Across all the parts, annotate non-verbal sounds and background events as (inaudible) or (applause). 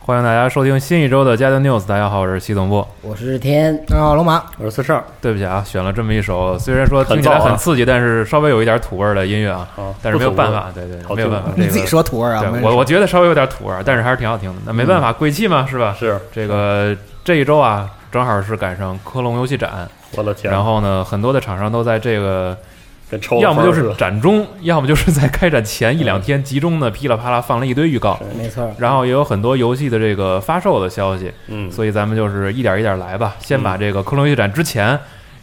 欢迎大家收听新一周的《加丢 News》。大家好，我是西总部。我是天，啊，龙马，我是四少，对不起啊，选了这么一首，虽然说听起来很燥啊很刺激，但是稍微有一点土味儿的音乐啊，啊但是没有办法，对对，好没有听嗯办法吗。这你个自己说土味儿啊？对没人我说我觉得稍微有点土味儿，但是还是挺好听的。那没办法，贵气嘛，是吧？嗯是这个这一周啊，正好是赶上科隆游戏展，我的天，然后呢，很多的厂商都在这个，跟抽了要么风就儿是似展中，要么就是在开展前一两天集中的噼里啪啦放了一堆预告，没错，然后也有很多游戏的这个发售的消息，嗯，所以咱们就是一点一点来吧，先把这个科隆游戏展之前。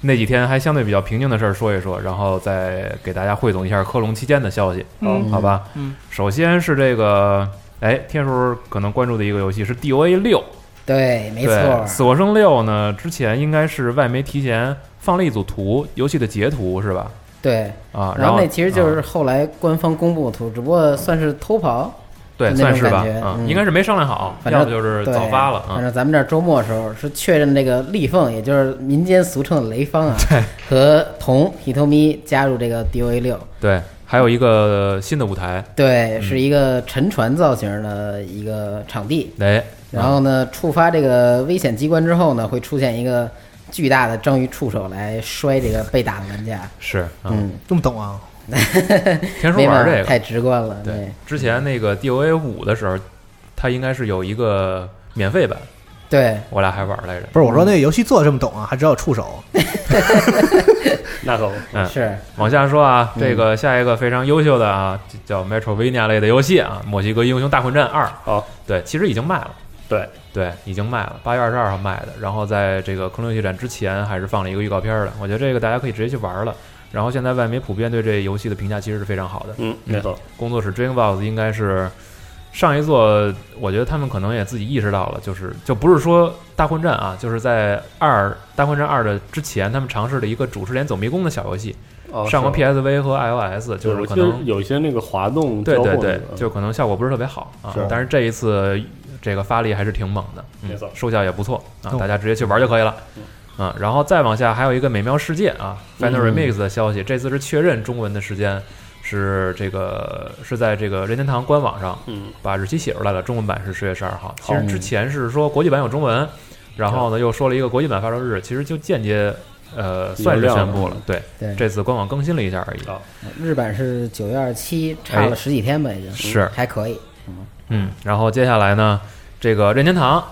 那几天还相对比较平静的事儿说一说，然后再给大家汇总一下科隆期间的消息，嗯好吧？嗯，首先是这个，哎，天叔可能关注的一个游戏是 DOA 六，对，没对，错，死亡生六》呢，之前应该是外媒提前放了一组图，游戏的截图是吧？对。啊，然后后那其实就是啊后来官方公布的图，只不过算是偷跑，对，那算种是吧，感觉啊嗯应该是没商量好，反正要不就是对早发了反啊。正咱们这儿周末的时候是确认这个立凤，也就是民间俗称的雷锋啊， (laughs) 和童 Hitomi 加入这个 DOA 六，对，还有一个新的舞台，对，是一个沉船造型的一个场地。哎，然后呢，触发这个危险机关之后呢，会出现一个巨大的章鱼触手来摔这个被打的玩家。是，啊嗯，这么懂啊？天叔没玩办法这个，太嗯直观了，对，之前那个 DOA 五的时候，它应该是有一个免费版，对，我俩还玩来着。不是，我说那游戏做的这么懂啊，还知道有触手，那可不嗯，是，往下说啊，嗯这个下一个非常优秀的啊，叫 Metrovania 类的游戏啊，《墨西哥英雄大混战二》。好，对，其实已经卖了。对对，已经卖了，八月二十二号卖的。然后在这个空中游戏展之前，还是放了一个预告片儿的。我觉得这个大家可以直接去玩了。然后现在外媒普遍对这游戏的评价其实是非常好的。嗯，没错，工作室 Dreambox 应该是上一座，我觉得他们可能也自己意识到了，就是就不是说大混战啊，就是在二大混战二的之前，他们尝试了一个主持连走迷宫的小游戏，哦嗯上过是吧 PSV 和 iOS，就对是我可记得能有一些那个滑动对交互对那对个，就可能效果不是特别好啊是。但是这一次这个发力还是挺猛的，嗯没错哦收效也不错啊，嗯大家直接去玩就可以了。嗯，然后再往下还有一个美妙世界啊，Final 嗯 Remix 的消息，这次是确认中文的时间是这个是在这个任天堂官网上嗯，把日期写出来了，中文版是十月十二号。其好实之前是说国际版有中文，然后呢又说了一个国际版发售日，其实就间接呃算是宣布了。嗯对，对，这次官网更新了一下而已。好日版是九月二十七，差了十几天吧，已经哎是还可以。嗯，然后接下来呢，这个任天堂，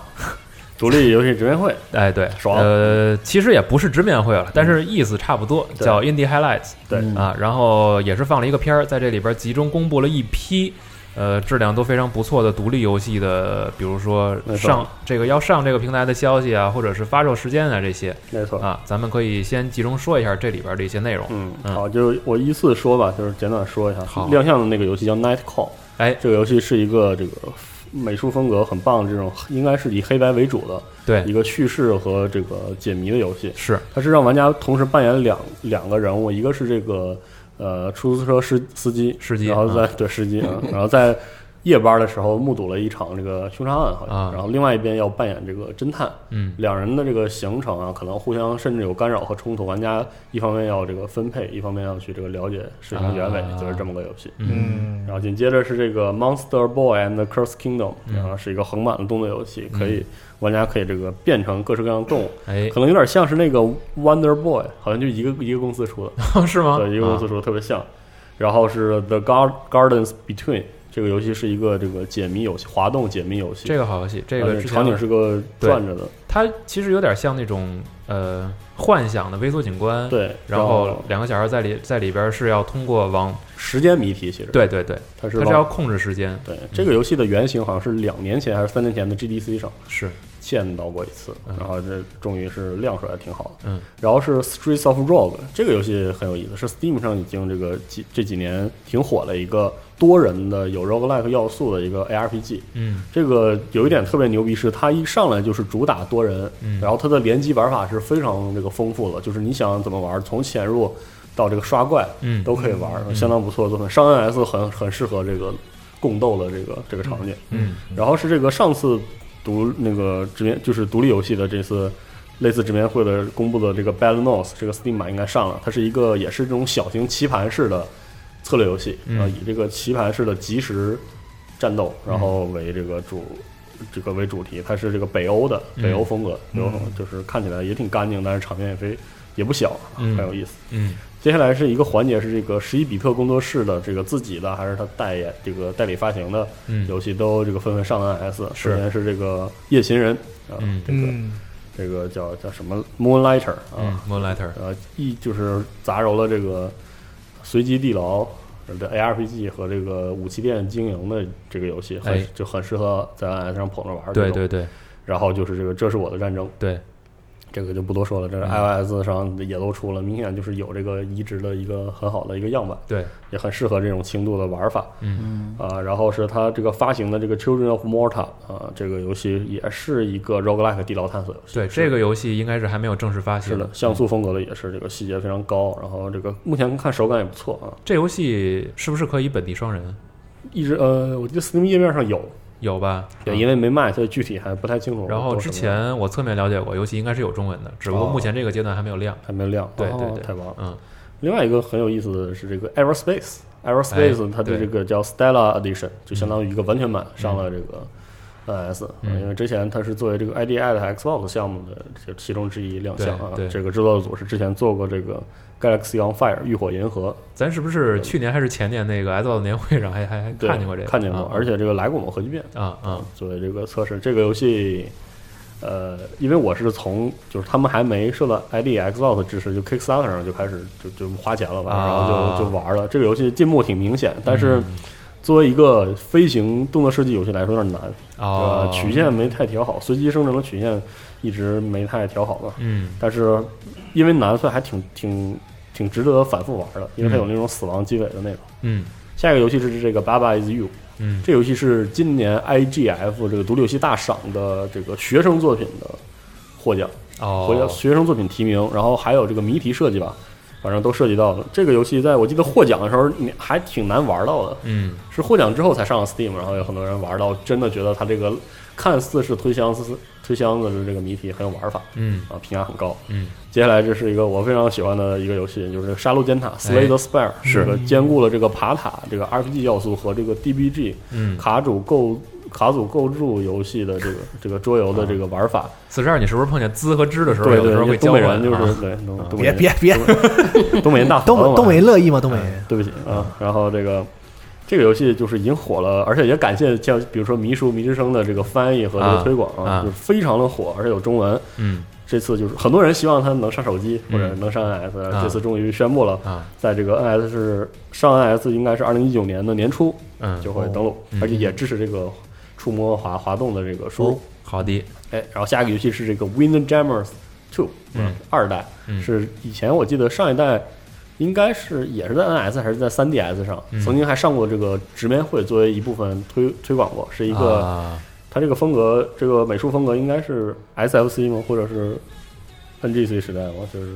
独立游戏直面会，哎对，爽嗯呃，其实也不是直面会了，但是意思差不多，对叫 Indie Highlights 对嗯啊，然后也是放了一个片儿，在这里边集中公布了一批。呃，质量都非常不错的独立游戏的，比如说没错上这个要上这个平台的消息啊，或者是发售时间啊这些，没错，啊，咱们可以先集中说一下这里边的一些内容。嗯，嗯好，就是我依次说吧，就是简短说一下好，亮相的那个游戏叫 Night Call，哎这个游戏是一个这个美术风格很棒的这种，应该是以黑白为主的一对，个叙事和这个解谜的游戏，是它是让玩家同时扮演两两个人物，一个是这个呃出租车司司机，司机啊然后在、对司机，嗯然后在夜班的时候目睹了一场这个凶杀案，好像，啊然后另外一边要扮演这个侦探，嗯，两人的这个行程啊，可能互相甚至有干扰和冲突，玩家一方面要这个分配，一方面要去这个了解事情原委，啊就是这么个游戏。嗯，然后紧接着是这个《Monster Boy and the Curse Kingdom》，然嗯后是一个横版的动作游戏，可以玩家可以这个变成各式各样的动物，哎，可能有点像是那个 Wonder Boy，好像就一个一个公司出的， (laughs) 是吗？对，一个公司啊出的特别像。然后是 The Gar- Gardens Between，这个游戏是一个这个解谜游戏，滑动解谜游戏。这个好游戏，这个呃之前场景是个对转着的，它其实有点像那种呃幻想的微缩景观，，对，然后两个小孩在里在里边是要通过往，时间谜题其实对对对，它是它是往要控制时间，对这个游戏的原型好像是两年前还是三年前的 GDC 上是见到过一次，嗯然后这终于是亮出来，挺好的。嗯，然后是 Streets of Rogue 这个游戏很有意思，是 Steam 上已经这个几这几年挺火的一个多人的有 roguelike 要素的一个 ARPG。嗯这个有一点特别牛逼，是它一上来就是主打多人，嗯然后它的联机玩法是非常这个丰富的，就是你想怎么玩，从潜入到这个刷怪嗯都可以玩，嗯相当不错的作品。上 NS 很很适合这个共斗的这个这个场景。嗯然后是这个上次独那个直面就是独立游戏的这次类似直面会的公布的这个 Bad News，这个 Steam 版应该上了，它是一个也是这种小型棋盘式的策略游戏，嗯啊，以这个棋盘式的即时战斗，然后嗯为这个主。这个为主题，它是这个北欧的嗯北欧风格，北欧风格就是看起来也挺干净，但是场面也非也不小，啊嗯很有意思。嗯接下来是一个环节，是这个十一比特工作室的这个自己的，还是他代言这个代理发行的嗯游戏都这个纷纷上 NS。是首先是这个夜行人啊，嗯这个、嗯，这个叫叫什么 Moonlighter 嗯啊， ，Moonlighter，呃，一就是杂糅了这个随机地牢的 ARPG 和这个武器店经营的这个游戏，很、哎就很适合在 NS 上捧着玩儿这对种。对对然后就是这个这是我的战争，对，这个就不多说了，嗯这是 iOS 上也都出了，明显就是有这个移植的一个很好的一个样板，对，也很适合这种轻度的玩法。嗯，啊，然后是它这个发行的这个《Children of Morta》啊，这个游戏也是一个 roguelike 地牢探索游戏。对，这个游戏应该是还没有正式发行。是的，嗯像素风格的也是，这个细节非常高，然后这个目前看手感也不错啊。这游戏是不是可以本地双人？一直呃，我记得 Steam 页面上有，有吧？对，因为没卖，所以具体还不太清楚都嗯什么然样。后之前我侧面了解过，游戏应该是有中文的，只不过啊哦目前这个阶段还没有亮。还没亮，对哦对对太棒了。嗯另外一个很有意思的是这个 Aerospace。Aerospace 哎它的对这个叫 Stella Edition，就相当于一个完全版上了这个 NS，、嗯因为之前它是作为这个 IDI 的 Xbox 项目的就其中之一亮相啊对对。这个制作组是之前做过这个 Galaxy on Fire 浴火银河，咱是不是去年还是前年那个 S 的年会上还还还对看见过这个？啊看见过，而且这个来过我们核聚变，且啊啊，作为这个测试这个游戏。呃，因为我是从就是他们还没受到 ID Xbox 支持，就 Kickstarter 上就开始就就花钱了吧，然啊嗯后就就玩了。这个游戏进步挺明显，但是作为一个飞行动作设计游戏来说有点难，哦对吧，曲线没太调好，随机生成的曲线一直没太调好吧。嗯但是因为难，所以还挺挺挺值得反复玩的，因为它有那种死亡积累的那种。嗯下一个游戏是这个《Baba Is You》，嗯这游戏是今年 IGF 这个独立游戏大赏的这个学生作品的获奖，获奖哦，学生作品提名，然后还有这个谜题设计吧，反正都涉及到了。这个游戏在我记得获奖的时候，你还挺难玩到的，嗯是获奖之后才上了 Steam，然后有很多人玩到，真的觉得它这个看似是推箱子推箱子的这个谜题很有玩法嗯啊，评价很高。嗯接下来这是一个我非常喜欢的一个游戏，就是《杀戮尖塔》（Slay the Spire），、哎是这个兼顾了这个爬塔、这个 RPG 要素和这个 DBG 嗯，卡组构卡组构筑游戏的这个这个桌游的这个玩法。四十二，你是不是碰见滋和知的时候，啊对有的时候对，会东教北我人就是、啊对东东北别人别别，东北人大东北东北人乐意吗？东北嗯人，对不起啊，然后这个。这个游戏就是已经火了，而且也感谢像比如说迷叔、迷之声的这个翻译和这啊个推广啊就是非常的火，而且有中文。嗯这次就是很多人希望它能上手机或者能上 NS，、啊这次终于宣布了，啊在这个 NS 是上 NS 应该是二零一九年的年初嗯，就会登录，嗯哦而且也支持这个触摸滑滑动的这个输入。好的，哎，然后下一个游戏是这个 Windjammers Two，嗯，二代、嗯是以前我记得上一代应该是也是在 NS 还是在 3DS 上，嗯曾经还上过这个直面会作为一部分推推广过，是一个、啊 (laughs) 它这个风格，这个美术风格应该是 SFC 吗？或者是 NGC 时代吗？就是。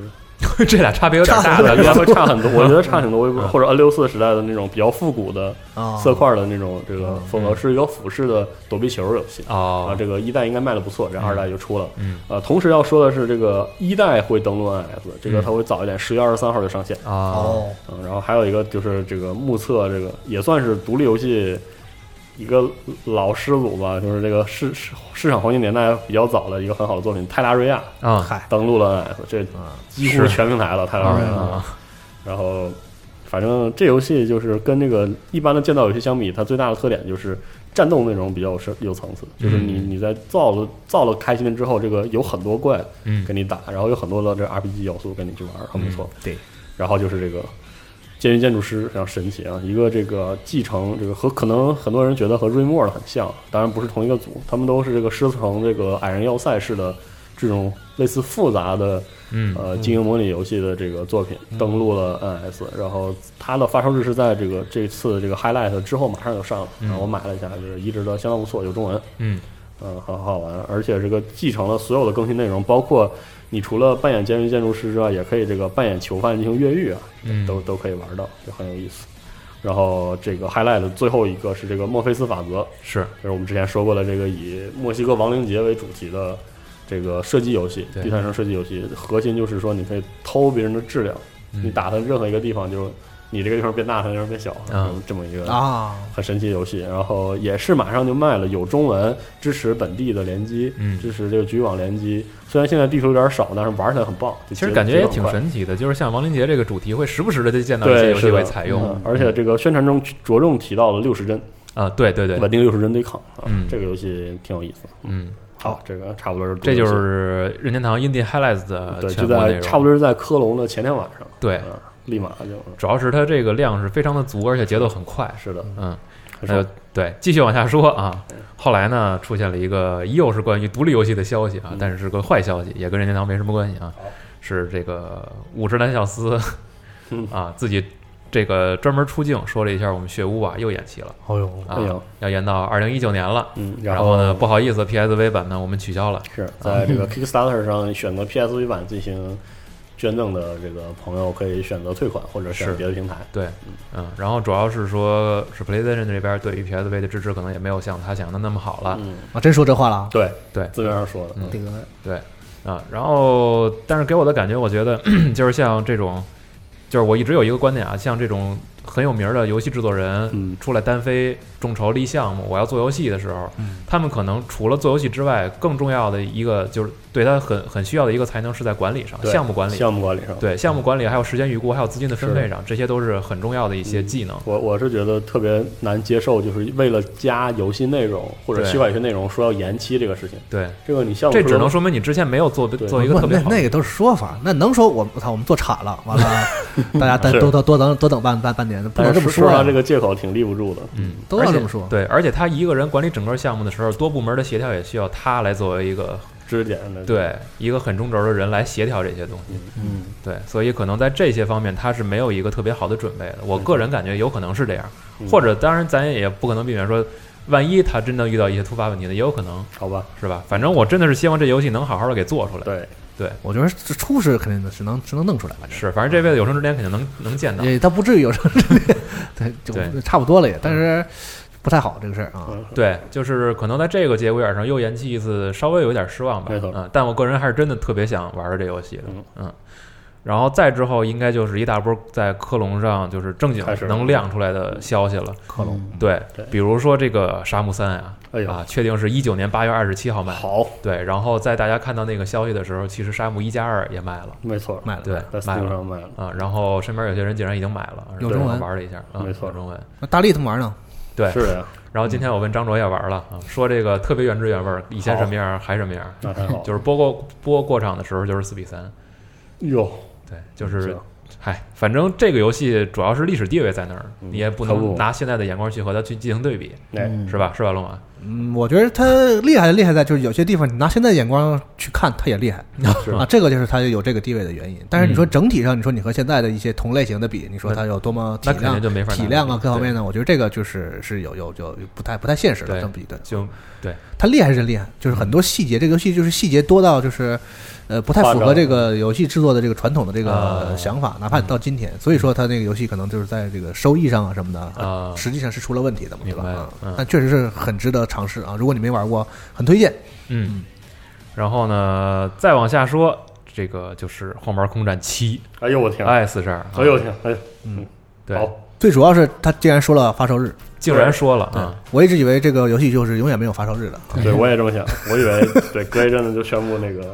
这俩差别有点大对，应该了，会差很多。我觉得差挺多，我也不或者 N 六四时代的那种比较复古的啊，色块的那种这个嗯风格，是一个俯视的躲避球游戏。啊，哦，这个一代应该卖的不错，这嗯二代就出了。嗯呃，同时要说的是，这个一代会登陆 NS，这个嗯它会早一点，十月二十三号就上线。啊哦，嗯，然后还有一个就是这个目测，这个也算是独立游戏一个老师祖吧，就是这个市市市场黄金年代比较早的一个很好的作品《泰拉瑞亚》啊嗨，登陆了 NS，这啊几乎是全平台了，《泰拉瑞亚》啊然后，反正这游戏就是跟那个一般的建造游戏相比，它最大的特点就是战斗内容比较深有层次，就是你你在造了造了开心了之后，这个有很多怪嗯跟你打，然后有很多的这 RPG 要素跟你去玩，很不错。对，然后就是这个监狱建筑师非常神奇啊，一个这个继承这个和可能很多人觉得和瑞莫尔很像，当然不是同一个组，他们都是这个师承这个矮人要塞式的这种类似复杂的嗯呃经营模拟游戏的这个作品登陆了 NS，然后它的发售日是在这个这次这个 Highlight 之后马上就上了，然后我买了一下，就是移植的相当不错，有中文，嗯嗯，很好玩，而且这个继承了所有的更新内容，包括你除了扮演监狱建筑师之外，也可以这个扮演囚犯进行越狱啊，嗯都都可以玩到，就很有意思。然后这个 highlight 的最后一个是这个墨菲斯法则，是就是我们之前说过的这个以墨西哥亡灵节为主题的这个射击游戏，对第三人称射击游戏，核心就是说你可以偷别人的质量，嗯你打他任何一个地方就你这个地方变大，他那地方变小，啊这么一个啊，很神奇的游戏，然后也是马上就卖了，有中文，支持本地的联机，嗯支持这个局域网联机。虽然现在地图有点少，但是玩起来很棒。就其实节奏感觉节也奏很挺快神奇的，就是像亡灵节这个主题，会时不时的就见到一些对，游戏是的会采用嗯而且这个宣传中着重提到了六十帧啊，对对对，稳定六十帧对抗啊嗯，这个游戏挺有意思。嗯，好，这个差不多是这就独立游戏是任天堂 Indie Highlights 的对，就全部内在容，差不多是在科隆的前天晚上，对嗯，立马就主要是它这个量是非常的足，而且节奏很快。是的，嗯，很呃爽，对，继续往下说啊。嗯后来呢，出现了一个又是关于独立游戏的消息啊，嗯但是是个坏消息，也跟任天堂没什么关系啊。是这个五十岚孝司嗯 (laughs) 啊，自己这个专门出镜说了一下，我们血屋啊又延期了哦呦，啊哎呦，要延到二零一九年了。嗯，然后后啊呢，不好意思，PSV 版呢我们取消了。是在 (laughs) 这个 Kickstarter 上选择 PSV 版进行捐赠的这个朋友，可以选择退款或者是选别的平台。对，嗯，然后主要是说，是 PlayStation 这边对于 PSV 的支持可能也没有像他想的那么好了。嗯，啊，真说这话了啊，对对字面上说的，嗯这个对，啊，然后但是给我的感觉，我觉得 (clears throat) 就是像这种，就是我一直有一个观点啊，像这种很有名儿的游戏制作人，嗯出来单飞众筹立项目，我要做游戏的时候，嗯他们可能除了做游戏之外，更重要的一个就是对他很很需要的一个才能是在管理上，对项目管理，项目管理上，对项目管理，还有时间预估，还有资金的分是嗯配上，这些都是很重要的一些技能。我我是觉得特别难接受，就是为了加游戏内容或者对修改一些内容，说要延期这个事情。对，这个你项目这只说能说明你之前没有做对做一个不特别那好的那个都是说法，那能说我们我操，我们做惨了， (laughs) 完了，大家等是多多多等多等半半半年，不但能这是么说啊呀上这，个借口挺立不住的。嗯，都要这么说而且对，而且他一个人管理整个项目的时候，多部门的协调也需要他来作为一个知识点的，对一个很中轴的人来协调这些东西。嗯，对，所以可能在这些方面他是没有一个特别好的准备的。我个人感觉有可能是这样，嗯或者当然咱也不可能避免说，万一他真的遇到一些突发问题呢，也有可能好吧，是吧？反正我真的是希望这游戏能好好的给做出来。对，对，我觉得这出是肯定的，是能是能弄出来，反正是，反正这辈子有生之年肯定能能见到。也他不至于有什么，对，对就差不多了也，但是不太好这个事儿啊，嗯，对，就是可能在这个节骨眼上又延期一次，稍微有一点失望吧。没错嗯，但我个人还是真的特别想玩儿这游戏的。嗯嗯然后再之后，应该就是一大波在科隆上就是正经开始了嗯能亮出来的消息了。克隆。对，对比如说这个《沙漠三》啊，哎呦啊，确定是一九年八月二十七号卖。好，对，然后在大家看到那个消息的时候，其实《沙漠一加二》也卖了。没错，卖了，对在，卖 Steam 了上卖了，啊。然后身边有些人竟然已经买了，有中文然后玩了一下，啊没错有中文。那大力他们玩呢？对，是啊的呀，然后今嗯天我问张卓也玩了啊，说这个特别原汁原味儿，以前什么样儿还什么样儿，那太好了， (laughs) 就是播过播过场的时候就是四比三，哟，对，就是行嗨，反正这个游戏主要是历史地位在那儿，嗯你也不可能不拿现在的眼光去和它去进行对比，哎，是吧？是吧，龙马？嗯，我觉得他厉害的厉害在就是有些地方你拿现在的眼光去看，他也厉害是啊，这个就是他有这个地位的原因。但是你说嗯整体上，你说你和现在的一些同类型的比，你说他有多么体那肯定量、就没法拿体量啊对各方面呢？我觉得这个就是是有有有不太不太现实对的这么比对。就对，他厉害是厉害，就是很多细节，这个游戏就是细节多到就是，呃，不太符合这个游戏制作的这个传统的这啊个想法，哪怕你到今天，所以说他那个游戏可能就是在这个收益上啊什么的啊实际上是出了问题的嘛，对吧？明白啊嗯但确实是很值得尝试啊，如果你没玩过，很推荐。嗯，然后呢，再往下说，这个就是《荒蛮空战七哎呦我天，哎 i 四十二》，啊呦我天，哎呦，嗯对，好，最主要是他既然说了发售日，竟然说了啊，我一直以为这个游戏就是永远没有发售日的，啊 (laughs) 对我也这么想，我以为对隔一阵子就宣布那个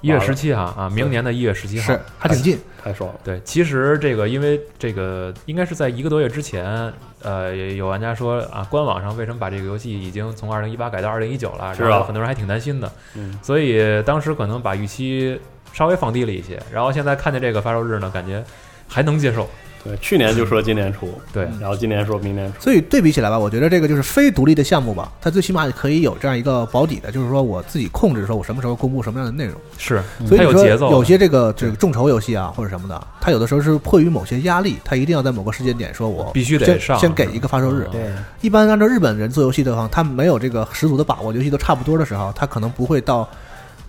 一月十七哈啊，明年的一月十七号是。还挺近，太爽了。对，其实这个因为这个应该是在一个多月之前，呃，也有玩家说啊，官网上为什么把这个游戏已经从二零一八改到二零一九了？是啊然后很多人还挺担心的，嗯，所以当时可能把预期稍微放低了一些。然后现在看见这个发售日呢，感觉还能接受。对，去年就说今年出，对，然后今年说明年出，所以对比起来吧，我觉得这个就是非独立的项目吧，它最起码可以有这样一个保底的，就是说我自己控制说我什么时候公布什么样的内容。是，嗯所以嗯它你有说节奏的啊有些这个这个众筹游戏啊或者什么的，它有的时候是迫于某些压力，它一定要在某个时间点说我必须得先上嗯先给一个发售日。对，一般按照日本人做游戏的话，他没有这个十足的把握，游戏都差不多的时候，他可能不会到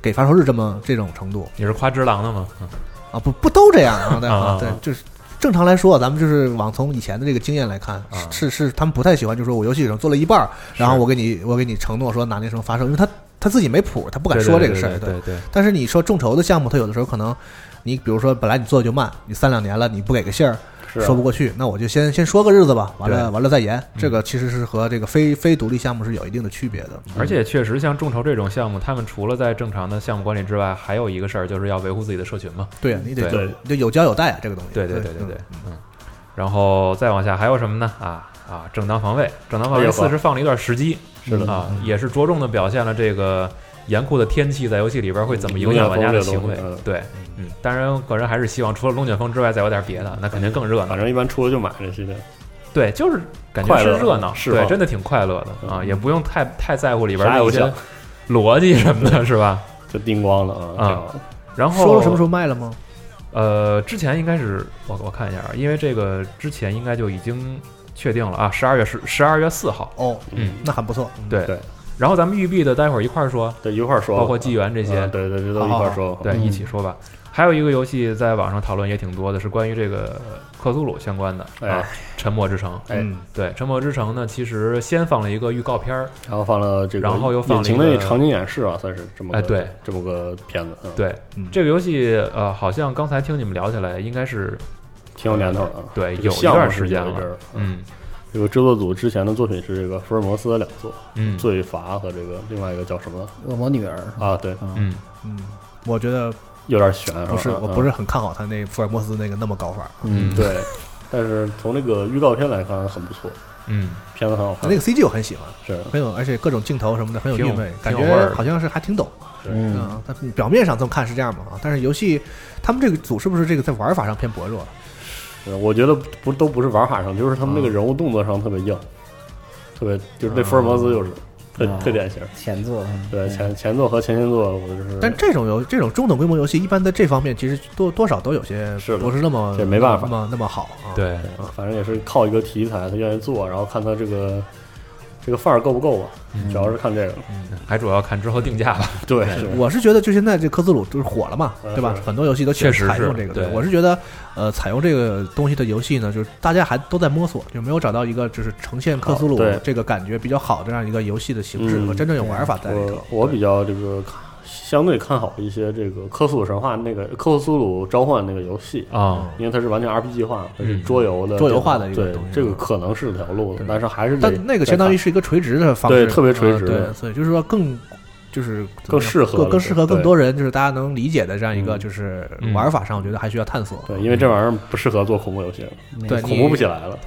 给发售日这么这种程度你是夸只狼的吗？嗯啊，不不都这样 (laughs) 啊，对啊啊吧？对，就是。正常来说，咱们就是往从以前的这个经验来看，啊是是他们不太喜欢，就是说我游戏上做了一半儿，然后是我给你我给你承诺说哪年什么发售，因为他他自己没谱，他不敢对说对这个事儿，嗯对对对，但是你说众筹的项目，它有的时候可能，你比如说本来你做的就慢，你三两年了，你不给个信儿，是啊说不过去。那我就先先说个日子吧，完对了完了再延。这个其实是和这个非非独立项目是有一定的区别的。而且确实像众筹这种项目，他们除了在正常的项目管理之外，还有一个事儿就是要维护自己的社群嘛。嗯对你得对就你得有交有带啊，这个东西。对对对对对嗯，嗯。然后再往下还有什么呢？啊啊，正当防卫，正当防哎卫呦四是放了一段时机，是的嗯啊，也是着重的表现了这个严酷的天气在游戏里边会怎么影响玩家的行为龙卷风这个东西。对，嗯，当然个人还是希望除了龙卷风之外再有点别的，那肯定更热闹反。正一般出了就买这系列。对，就是感觉是快乐热闹，释对，放真的挺快乐的啊，嗯也不用太太在乎里边啥的一也不些想逻辑什么的，是吧？就叮咣了啊！啊这样然后说了什么时候卖了吗？呃，之前应该是我我看一下啊，因为这个之前应该就已经确定了啊，十二月十十二月四号，哦，嗯，那很不错。对对。然后咱们育碧的待会儿一块儿说，对，一块儿说，包括纪元这这些，对对，这都一块儿说。对，嗯一起说吧。还有一个游戏在网上讨论也挺多的，是关于这个克苏鲁相关的啊，哎《沉默之城》。哎，嗯，对，《沉默之城》呢，其实先放了一个预告片儿，然后放了这个，然后又放了引擎一个的场景演示啊，算是这么个哎对这么个片子，嗯，对嗯这个游戏，呃，好像刚才听你们聊起来，应该是哦挺有年头的啊。对这个有一项目段是时间有一阵了儿，，嗯这个制作组之前的作品是这个福尔摩斯的两作，嗯《罪罚》和这个另外一个叫什么恶魔女儿，啊？对，嗯，嗯，我觉得有点悬，吧不是，我嗯不是很看好他那福尔摩斯那个那么高法，嗯对，但是从这个预告片来看很不错，嗯，片子很好看那，个 CG 我很喜欢，是很有，而且各种镜头什么的呃很有挺有韵味，挺感有味儿觉的好像是还挺懂。嗯，啊，它表面上这么看是这样嘛啊，但是游戏他们这个组是不是这个在玩法上偏薄弱？是我觉得不都不是玩法上，就是他们那个人物动作上特别硬，特别就是啊对福尔摩斯就是特啊特典型。前作，啊对前前作和前前作，我就是，嗯但这种游这种中等规模游戏，一般在这方面其实多多少都有些是的不是那么这没办法那么那么好啊。，对，对反正也是靠一个题材，他愿意做，然后看他这个这个范儿够不够吧，主要是看这个。还主要看之后定价吧。对，我是觉得就现在这科兹鲁就是火了嘛，嗯对吧是？很多游戏都确实是采用这个，对我是觉得呃，采用这个东西的游戏呢，就是大家还都在摸索，就没有找到一个就是呈现科兹鲁啊好对这个感觉比较好的这样一个游戏的形式嗯和真正有玩法在里头我。我比较这个看相对看好一些这个科苏鲁神话那个科苏鲁召唤那个游戏，啊，因为它是完全 RPG 化，它是嗯桌游的桌这游种化的一个对东西嗯这个可能是条路子对，但是还是得但那个相当于是一个垂直的方式，对特别垂直呃对，所以就是说更就是更适合更更适合对更多人，就是大家能理解的这样一个嗯就是嗯玩法上，我觉得还需要探索。对，因为这玩意儿不适合做恐怖游戏，对恐怖不起行。来了。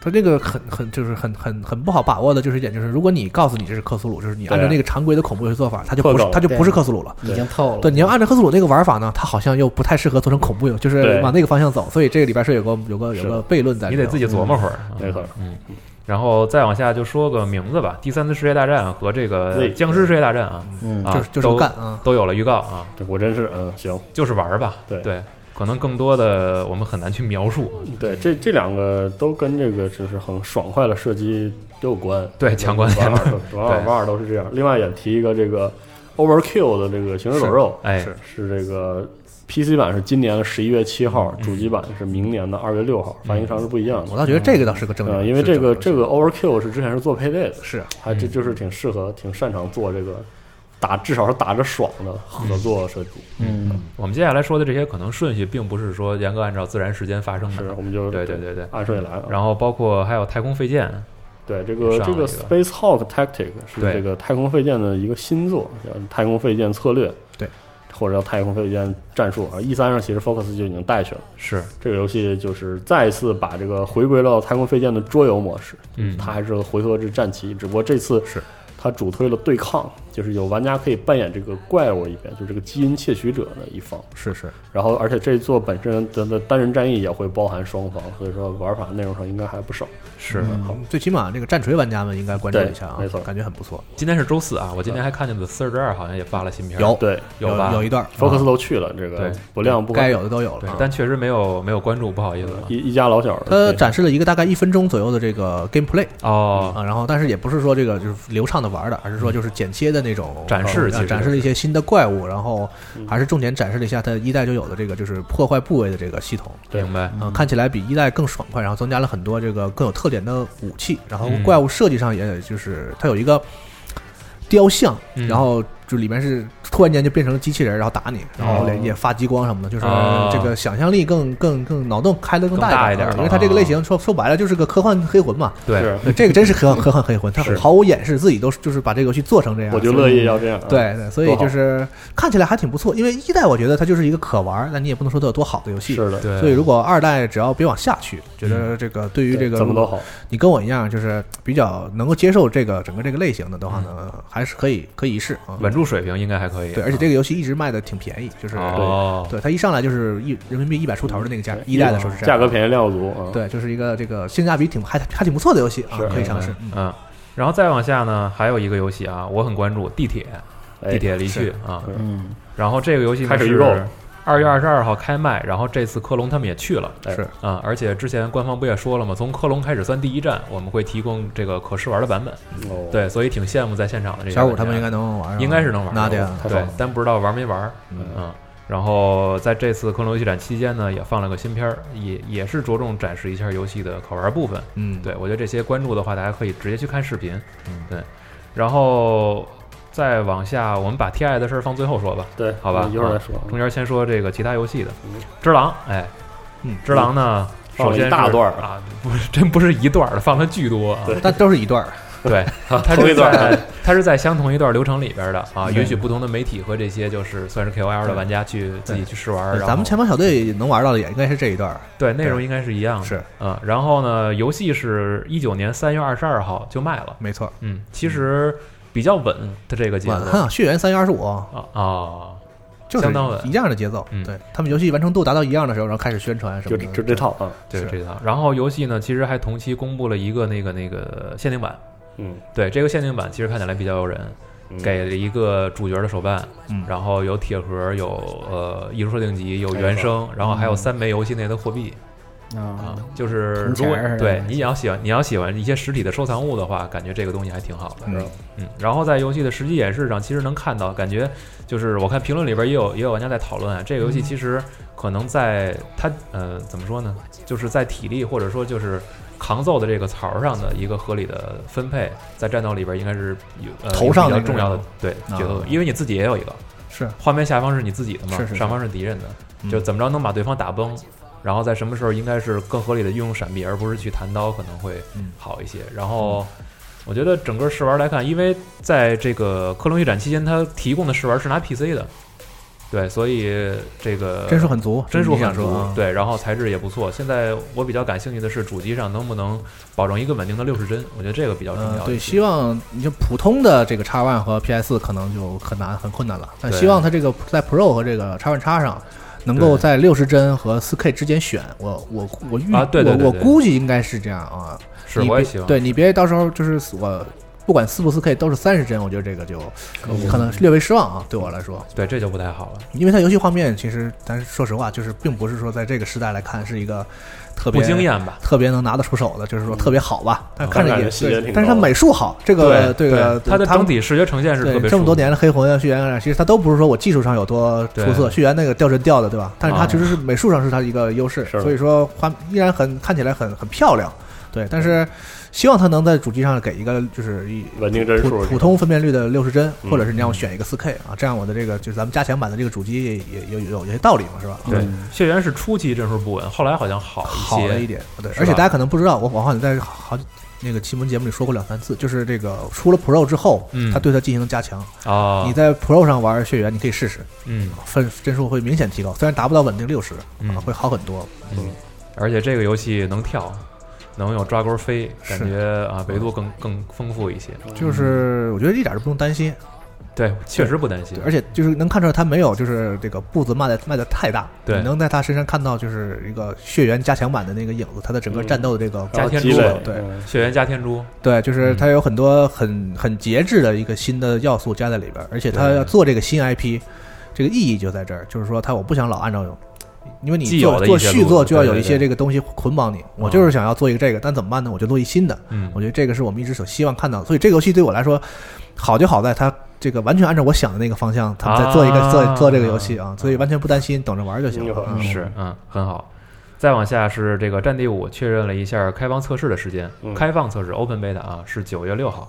它这个很很就是很很很不好把握的，就是一点就是，如果你告诉你这是克苏鲁，就是你按对照那个常规的恐怖游戏做法，它就不破是梗它就不是对克苏鲁了。已经透了，对，你要按照克苏鲁那个玩法呢，它好像又不太适合做成恐怖游，就是对往那个方向走。所以这个里边是有个有个是有个的悖论在里你头，得自己琢磨会儿。没错，嗯，然后再往下就说个名字吧，《第三次世界大战》和这个 Z 《僵尸世界大战》啊，嗯啊，就是就是都干啊。都有了预告啊，对我真是嗯行，就是玩儿吧。对可能更多的我们很难去描述。对这这两个都跟这个就是很爽快的射击都有关，啊对强关玩法都玩法玩法都是这样。另外也提一个这个 Overkill 的这个行尸走肉， (laughs) 哎是是这个 PC 版是今年的十一月七号，主机版是明年的二月六号，反应上是不一样的我。倒觉得这个倒是个正嗯，经，因为是这个正经这个 Overkill 是之前是做配对的，是还这就是挺适合、挺擅长做这个打，至少是打着爽的合作设计。嗯，我们接下来说的这些可能顺序并不是说严格按照自然时间发生是，的。啊我们就啊对对对对。按顺序来了。然后包括还有太空飞剑，对这个上这了个一个 Space Hawk Tactic 是对这个太空飞舰的一个新作，叫《太空飞舰策略》。对， 《或者叫太空飞舰战术啊。E 三上其实 Focus 就已经带去了。是，这个游戏就是再一次把这个回归到太空飞舰的桌游模式，嗯，它还是回合制战棋，只不过这次是它主推了对抗，就是有玩家可以扮演这个怪物一边，就是这个基因窃取者的一方。是是，然后，而且这一座本身的的单人战役也会包含双方，所以说玩法内容上应该还不少。嗯是。嗯好最起码这个战锤玩家们应该关注对一下啊没错，感觉很不错。今天是周四啊，我今天还看见 The Surge 二好像也发了新片儿，有对有吧？有一段儿啊，Focus 都去了，这啊对个不亮不该关有的都有对了，。啊但确实没有没有关注，不好意思啊。一一家老小的。它对展示了一个大概一分钟左右的这个 gameplay 哦，啊，然后但是也不是说这个就是流畅的玩的，而是说就是剪切的那种嗯展示呃其实嗯展示了一些新的怪物，然后还是重点展示了一下它一代就有的这个就是破坏部位的这个系统。对明白。嗯，看起来比一代更爽快，然后增加了很多这个更有特点的武器，然后嗯怪物设计上也就是它有一个雕像，嗯然后就里面是突然间就变成了机器人，然后打你，然后哦也也发激光什么的，就是哦这个想象力更更更脑洞开的更更大大一点啊因为它这个类型说说白了就是个科幻黑魂嘛，对，是，对这个真是科幻科幻黑魂，它是毫无掩饰，自己都是就是把这个游戏做成这样，我就所乐以意要这样啊。对对，所以多好就是看起来还挺不错，因为一代我觉得它就是一个可玩儿，但你也不能说它有多好的游戏，是的，对。嗯所以，如果二代只要别往下去，觉得这个对于这个，怎么都好。你跟我一样，就是比较能够接受这个整个这个类型的的话呢，还是可以可以一试啊。嗯稳住水平应该还可以。对，而且这个游戏一直卖的挺便宜，就是哦，对它一上来就是一人民币一百出头的那个价，一代的时候是这样，价格便宜量又足啊。对，就是一个这个性价比挺还还挺不错的游戏啊是，可以尝试。嗯嗯，然后再往下呢，还有一个游戏啊，我很关注《地铁》《哎地铁离去》啊。嗯，然后这个游戏开始预购。二月二十二号开卖，然后这次科隆他们也去了哎是啊，而且之前官方不也说了吗？从科隆开始算第一站，我们会提供这个可试玩的版本。哦，对，所以挺羡慕在现场的这些小五玩他们家应该能玩，啊应该是能玩那的对我啊，太爽对了，但不知道玩没玩儿。嗯嗯，然后在这次克隆游戏展期间呢，也放了个新片儿，也也是着重展示一下游戏的可玩部分。嗯，对我觉得这些关注的话，大家可以直接去看视频。嗯，对，然后再往下，我们把 T I 的事儿放最后说吧，对，嗯好吧啊一啊会儿再说。中间先说这个其他游戏的嗯《只狼》。哎，嗯只狼》呢，放首了一先大是段儿啊，不是，真不是一段儿，放了巨多啊。对但都是一段儿， (laughs) 对，它同是一段嗯在它是在相同一段流程里边的啊，对允许不同的媒体和这些就是算是 KOL 的玩家去自己去试玩。然咱后们前方小队能玩到的也应该是这一段儿，对内容应该是一样的，是啊。然后呢，游戏是一九年三月二十二号就卖了，没错。嗯，其实比较稳，它这个节奏晚汉血缘三月二十五，啊啊，就是相当稳一样的节奏。嗯对他们游戏完成度达到一样的时候，然后开始宣传什就么的，就这套啊，对是这套。然后游戏呢，其实还同期公布了一个那个那个限定版，嗯，对这个限定版其实看起来比较诱人，嗯给了一个主角的手办，嗯然后有铁盒，有呃艺术设定集，有原声，然后还有三枚游戏内的货币啊啊，，就是铜如钱果儿是吧对你要喜欢你要喜欢一些实体的收藏物的话，感觉这个东西还挺好的。是嗯吧嗯，然后在游戏的实际演示上，其实能看到，感觉就是我看评论里边也有也有玩家在讨论啊，这个嗯游戏其实可能在它呃怎么说呢，就是在体力或者说就是扛揍的这个槽上的一个合理的分配，在战斗里边应该是有、呃、头上有那比个较重要的人对啊角色，因为你自己也有一个是画面下方是你自己的嘛，是是是上方是敌人的，嗯就怎么着能把对方打崩。然后在什么时候应该是更合理的运用闪避，而不是去弹刀，可能会嗯好一些。然后我觉得整个试玩来看，因为在这个克隆预展期间，它提供的试玩是拿 PC 的，对，所以这个帧数很足，帧数你想很足说啊，，对，然后材质也不错。现在我比较感兴趣的是主机上能不能保证一个稳定的六十帧，我觉得这个比较重嗯要，对，一希些。望你就普通的这个 X One 和 PS 可能就很难很困难了，但对希望它这个在 Pro 和这个 X One 叉上。能够对在六十帧和四 K 之间选，我我我预啊对对对我我对估计应该是这样啊。是，你我也别希望。对你别到时候就是我不管四不四 K 都是三十帧，我觉得这个就恶可能略微失望啊，对我来说。对，这就不太好了，因为它游戏画面其实，但是说实话，就是并不是说在这个时代来看是一个特别不惊、艳吧？特别能拿得出手的，就是嗯说特别好吧。啊但看着感也觉细节对挺但是它高的美术好，这个对个它的他整们体视觉呈现是特别对这么舒多服年的黑魂啊、血缘啊，其实它都不是说我技术上有多出对色，血缘那个掉帧掉的，对吧？但是它啊其实是美术上是它一个优势，是的所以说画依然很看起来很很漂亮。对，但是希望它能在主机上给一个就是一稳定帧普数，普通分辨率的六十帧，嗯或者是你让我选一个四 K 啊，这样我的这个就是咱们加强版的这个主机也也有有有些道理嘛，是吧？啊对嗯血缘是初期帧数不稳，后来好像好一好了一些。点，对，是吧而且大家可能不知道，我我好像在好那个奇门节目里说过两三次，就是这个出了 Pro 之后，嗯它对它进行了加强。啊你，在 Pro 上玩血缘，你可以试试，嗯分帧数会明显提高，虽然达不到稳定六十、嗯啊，会好很多。嗯，而且这个游戏能跳，能有抓钩飞，感觉啊维度更更丰富一些。就是我觉得一点都不用担心，对，确实不担心对，。而且就是能看出来它没有就是这个步子迈的迈的太大，对你能在它身上看到就是一个血缘加强版的那个影子，它的整个战斗的这个加然后天积珠累，对嗯血缘加天珠，对，就是嗯它有很多很很节制的一个新的要素加在里边儿，而且它对要做这个新 IP，这个意义就在这儿，就是说它我不想老按照，因为你既有做的做一些续路作子就要对有对一些对这个东西捆绑你，我就是想要做一个这个，但怎么办呢？我就做一新的，嗯我觉得这个是我们一直所希望看到的，所以这个游戏对我来说好就好在它。这个完全按照我想的那个方向，他们在做一个、啊做做这个游戏啊，所以完全不担心，等着玩儿就行了。啊嗯是，嗯，很好。再往下是这个《战地五》，确认了一下开放测试的时间，嗯开放测试 （Open Beta） 啊，是九月六号。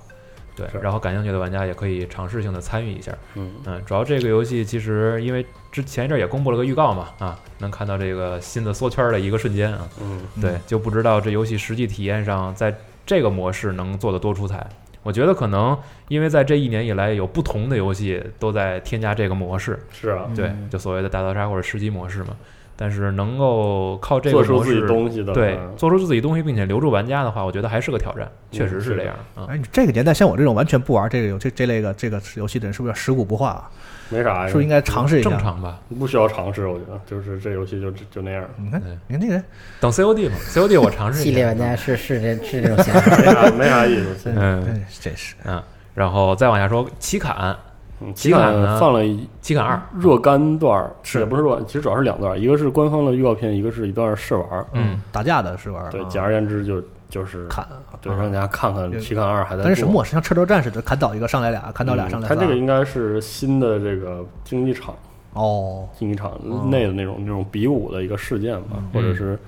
对是，然后感兴趣的玩家也可以尝试性的参与一下。嗯，嗯，主要这个游戏其实因为之前一阵儿也公布了个预告嘛，啊，能看到这个新的缩圈儿的一个瞬间啊，嗯，嗯对，就不知道这游戏实际体验上在这个模式能做得多出彩。我觉得可能因为在这一年以来有不同的游戏都在添加这个模式，是啊，嗯对，就所谓的大逃杀或者吃鸡模式嘛。但是能够靠这个做出模自己式，东西的，对嗯，做出自己东西，并且留住玩家的话，我觉得还是个挑战，确实是是这的样啊。哎，你这个年代像我这种完全不玩这个游这这类个这个游戏的人，是不是要食古不化啊？没啥呀，是不是应该尝试一下？正常吧？不需要尝试，我觉得就是这游戏就就就那样，你看对，你看这个人，等 COD 嘛，COD 我尝试系一列下玩。家是是这是这种想 (laughs) 法。嗯没啥没啥意 (laughs) 思。嗯哎真是嗯，然后再往下说，奇坎，嗯，奇奇感感呢放了一奇坎二，若干段儿，啊是也不是若，干，其实主要是两段儿，一个是官方的预告片，一个是一段试玩儿。嗯，打架的是玩儿啊对，简而言之就就是砍，对，让大家看看奇看二还在但是什做么？我是像车轴战似的，砍倒一个上来俩，砍倒俩嗯上来它仨。这个应该是新的这个竞技场，哦，竞技场哦内的那种那种比武的一个事件吧嗯，或者是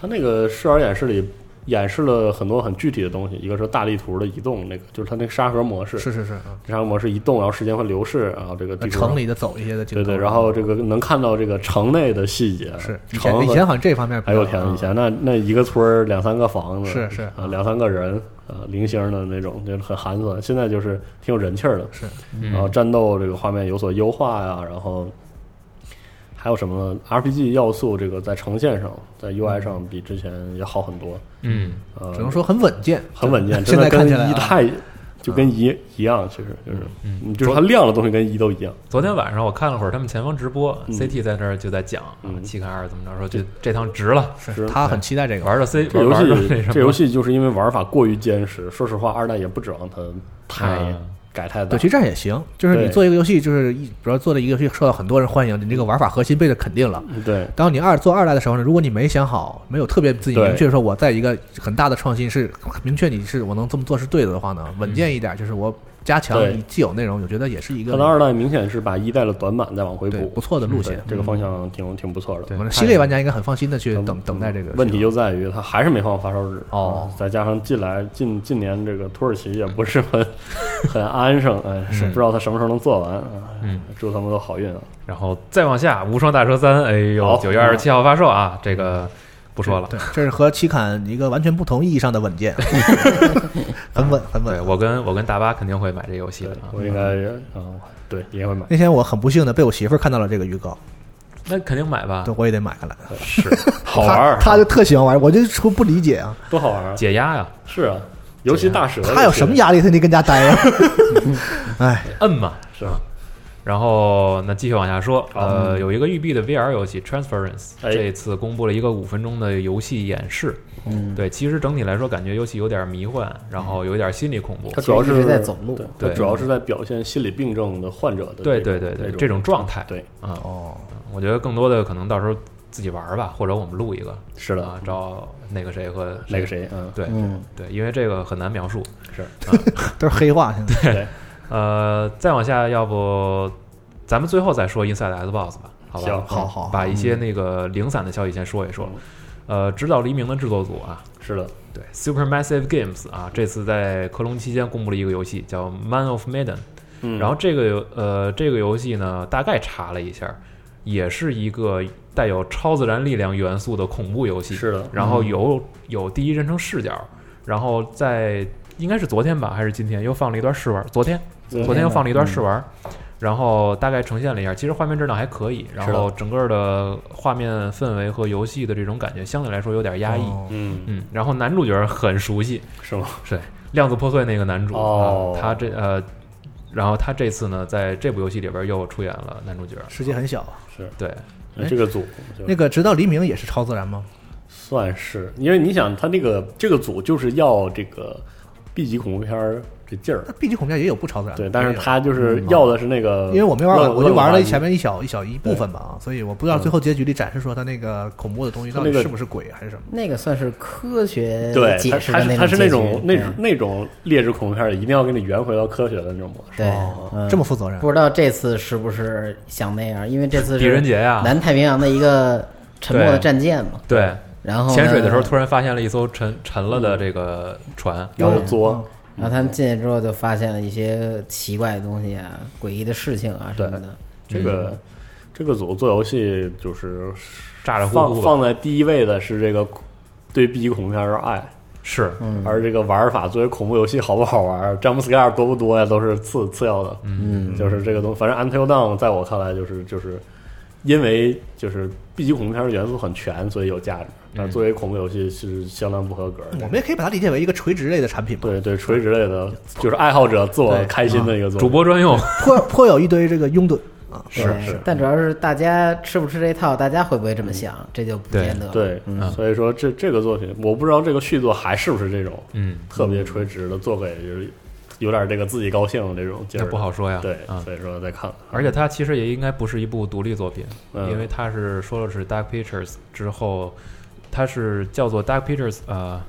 它那个试玩演示里演示了很多很具体的东西，一个是大地图的移动，那个就是它那个沙盒模式，是是是，嗯沙盒模式移动，然后时间会流逝，然后这个地图上城里的走一些的镜对头，啊对，然后这个能看到这个城内的细节，是以城前和以前好像这方面比哎呦较嗯天呐，以前那那一个村儿两三个房子，是是啊、两三个人啊、零星的那种，就是很寒酸。现在就是挺有人气儿的，是嗯然后战斗这个画面有所优化呀，然后还有什么呢 RPG 要素，这个在呈现上，在 UI 上比之前也好很多，嗯，呃，只能说很稳健，很稳健，现在真看起的来跟一啊太就跟一、一样，其实就是，嗯嗯，就是它亮的东西跟一都一样，昨天晚上我看了会儿他们前方直播嗯，CT 在那儿就在讲嗯奇坎二怎么着，说这这趟值了，是他很期待这个。玩到 C 这游玩到戏那什么这游戏就是因为玩法过于坚实，说实话，二代也不指望它太、嗯改太大。对，其实这样也行，就是你对做一个游戏，就是一，比如说做的一个游戏受到很多人欢迎，你这个玩法核心被肯定了，对当你二做二代的时候呢，如果你没想好，没有特别自己对明确说，我在一个很大的创新是明确你是我能这么做是对的的话呢，稳健一点，就是我加强对你既有内容，我觉得也是一个它的二代明显是把一代的短板再往回对补嗯不，错的路线嗯对。这个方向挺挺不错的。嗯对我们系列玩家应该很放心的去等等待这个问题就在于它还是没放发售日哦再加上近来近近年这个土耳其也不是很很安生，哎，是不知道它什么时候能做完。啊嗯，祝他们都好运啊！然后再往下，无双大蛇三，哎呦，好嗯九月二十七号发售啊，这个不说了。对，这是和七砍一个完全不同意义上的 (laughs) 稳健， (laughs) 很稳很对稳。我跟我跟大巴肯定会买这游戏的啊，我应该啊，对，应该会买。那天我很不幸的被我媳妇儿看到了这个预告，那肯定买吧啊对，，我也得买下来。是 (laughs) 好玩儿，她她就特喜欢玩，我就说不理解啊，多好玩儿！解压呀，是啊，尤其大蛇，她有什么？压力，她得跟家待 (laughs) 呀。哎，摁嘛。是啊，然后那继续往下说，呃，有一个育碧的 VR 游戏 Transference，嗯哎这次公布了一个五分钟的游戏演示。嗯，对，其实整体来说感觉游戏有点迷幻，然后有点心理恐怖它。主要一是直在走路对对它主要是在表现心理病症的患者的对这对种对对，这这种状态对啊，哦，我觉得更多的可能到时候自己玩儿吧，或者我们录一个，是的啊，找那个谁和那个谁，嗯，对嗯对，因为这个很难描述。是 (laughs) 都是黑化现在。对，呃，再往下，要不咱们最后再说 Inside Xbox 吧，好吧？嗯行好好把一些那个零散的消息先说一说。呃，直到黎明的制作组啊，是的，对 Supermassive Games 啊，这次在科隆期间公布了一个游戏叫《Man of Medan》，嗯，然后这个游呃这个游戏呢，大概查了一下，也是一个带有超自然力量元素的恐怖游戏，是的，然后有有第一人称视角，然后在应该是昨天吧还是今天又放了一段试玩，昨天昨天又放了一段试玩，然后大概呈现了一下，其实画面质量还可以，然后整个的画面氛围和游戏的这种感觉相对来说有点压抑，哦嗯，嗯，然后男主角很熟悉，是吗？量子破碎那个男主，哦啊、他这呃，然后他这次呢，在这部游戏里边又出演了男主角，世界很小。对，哎这个组就那个直到黎明也是超自然吗？算是，因为你想，他那个这个组就是要这个 B 级恐怖片儿这劲儿那，B 级恐怖片也有不超自然的。对，但也是有他就是要的是那个，因为我没玩愣完，我就玩了前。愣面一小一小一部分吧啊，所以我不知道最后结局里展示说他那个恐怖的东西到嗯那底个是不是鬼还是什么。那个算是科学对，解他释嗯他的种是他是那结种局那对种那种劣质恐怖片儿，一定要给你圆回到科学的那种模式。对哦，嗯这么负责任不，知道这次是不是想那样，因为这次狄仁是杰呀、南太平洋的一个沉没的对战舰嘛，对，然后呢潜水的时候，突然发现了一艘沉沉了的这个船，然后就作，嗯然后他们进去之后就发现了一些奇怪的东西啊、诡异的事情啊什么的，这个这个组做游戏就是咋咋呼放呼吧，放在第一位的是这个对 B 级恐怖片儿的爱，是，而这个玩法作为恐怖游戏好不好玩詹姆斯 m p scare 多不多呀，都是次次要的。嗯，就是这个东，反正 Until Dawn 在我看来就是就是因为就是 B 级恐怖片的元素很全，所以有价值。嗯但作为恐怖游戏是相当不合格我的。们也可以把它理解为一个垂直类的产品吧，对对，垂直类的，就是爱好者自我开心的一个作主品。播专用， (laughs) 颇颇有一堆这个拥趸啊。对是是但主要是大家吃不吃这套，大家会不会这么想，这就不对见得了。对，嗯所以说这这个作品，我不知道这个续作还是不是这种嗯，特别垂直的，做给就是有点这个自己高兴的这种劲那儿。不好说呀，对，啊。所以说再看看。而且它其实也应该不是一部独立作品，嗯因为它是说了是 Dark Pictures 之后，它是叫做 Dark Pictures 呃，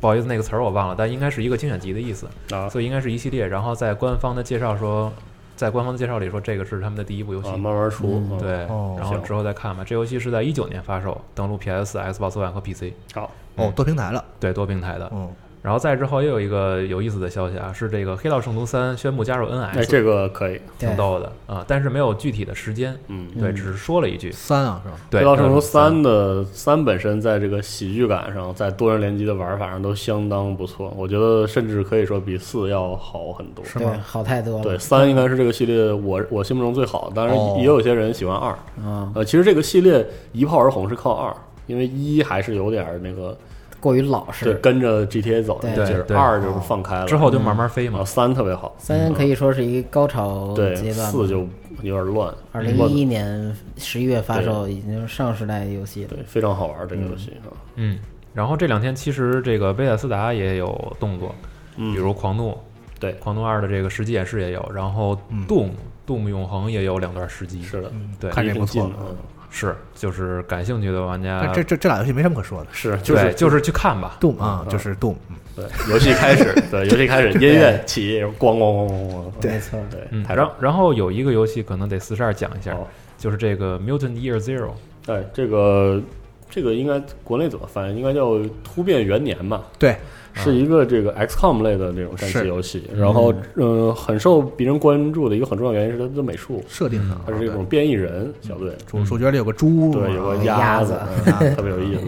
不好意思那个词儿我忘了，但应该是一个精选集的意思，啊所以应该是一系列。然后在官方的介绍说，在官方的介绍里说这个是他们的第一部游戏，啊，慢慢出。嗯对，哦然后行之后再看吧。这游戏是在一九年发售，登陆 PS、Xbox One 和 PC，好，哦，多平台了，对多平台的。哦嗯，然后再之后又有一个有意思的消息啊，是这个《黑道圣徒三》宣布加入 NS，、哎，这个可以，挺逗的啊、但是没有具体的时间，嗯。对，只是说了一句。三啊是吧？对，黑道圣徒徒三》的三本身在这个喜剧感上，在多人联机的玩法上都相当不错，我觉得甚至可以说比四要好很多。是对，吗？好太多了。对，三应该是这个系列我我心目中最好的，当然哦也有些人喜欢二。啊，呃，其实这个系列一炮而红是靠二，因为一还是有点儿那个过于老对实。跟着 GTA 走的对劲儿，对二就是放开了嗯之后就慢慢飞然嘛后。三特别好，三可以说是一个高潮对嗯阶段吧。四就有点乱，二零乱一一年十一月发售，已经是上时代的游戏了。对非常好玩儿这个游戏啊。嗯，然后这两天其实这个贝塔斯达也有动作，嗯比如狂怒，对狂怒二的这个实际演示也有，然后 Doom、Doom 永恒也有两段实机，嗯是的，对，看着也不近错的。嗯是就是感兴趣的玩家但，这这这俩游戏没什么可说的啊是，就对是就是去看吧， ，Doom 啊，就是 Doom，嗯对，游戏开始，对，游 (laughs) 戏开始，音乐起，咣咣咣咣咣，没错，对，嗯，台然上后，然后有一个游戏可能得四十二讲一下好，就是这个 Mutant Year Zero，哎，这个这个应该国内怎么翻？应该叫《突变元年》吧？对，是一个这个 XCOM 类的这种战棋是游戏，然后嗯、呃很受别人关注的一个很重要原因是它的美术，设定嗯的啊，它是这种对变异人小队，主主角里有个猪，哎对，有个鸭鸭子嗯特别有意思。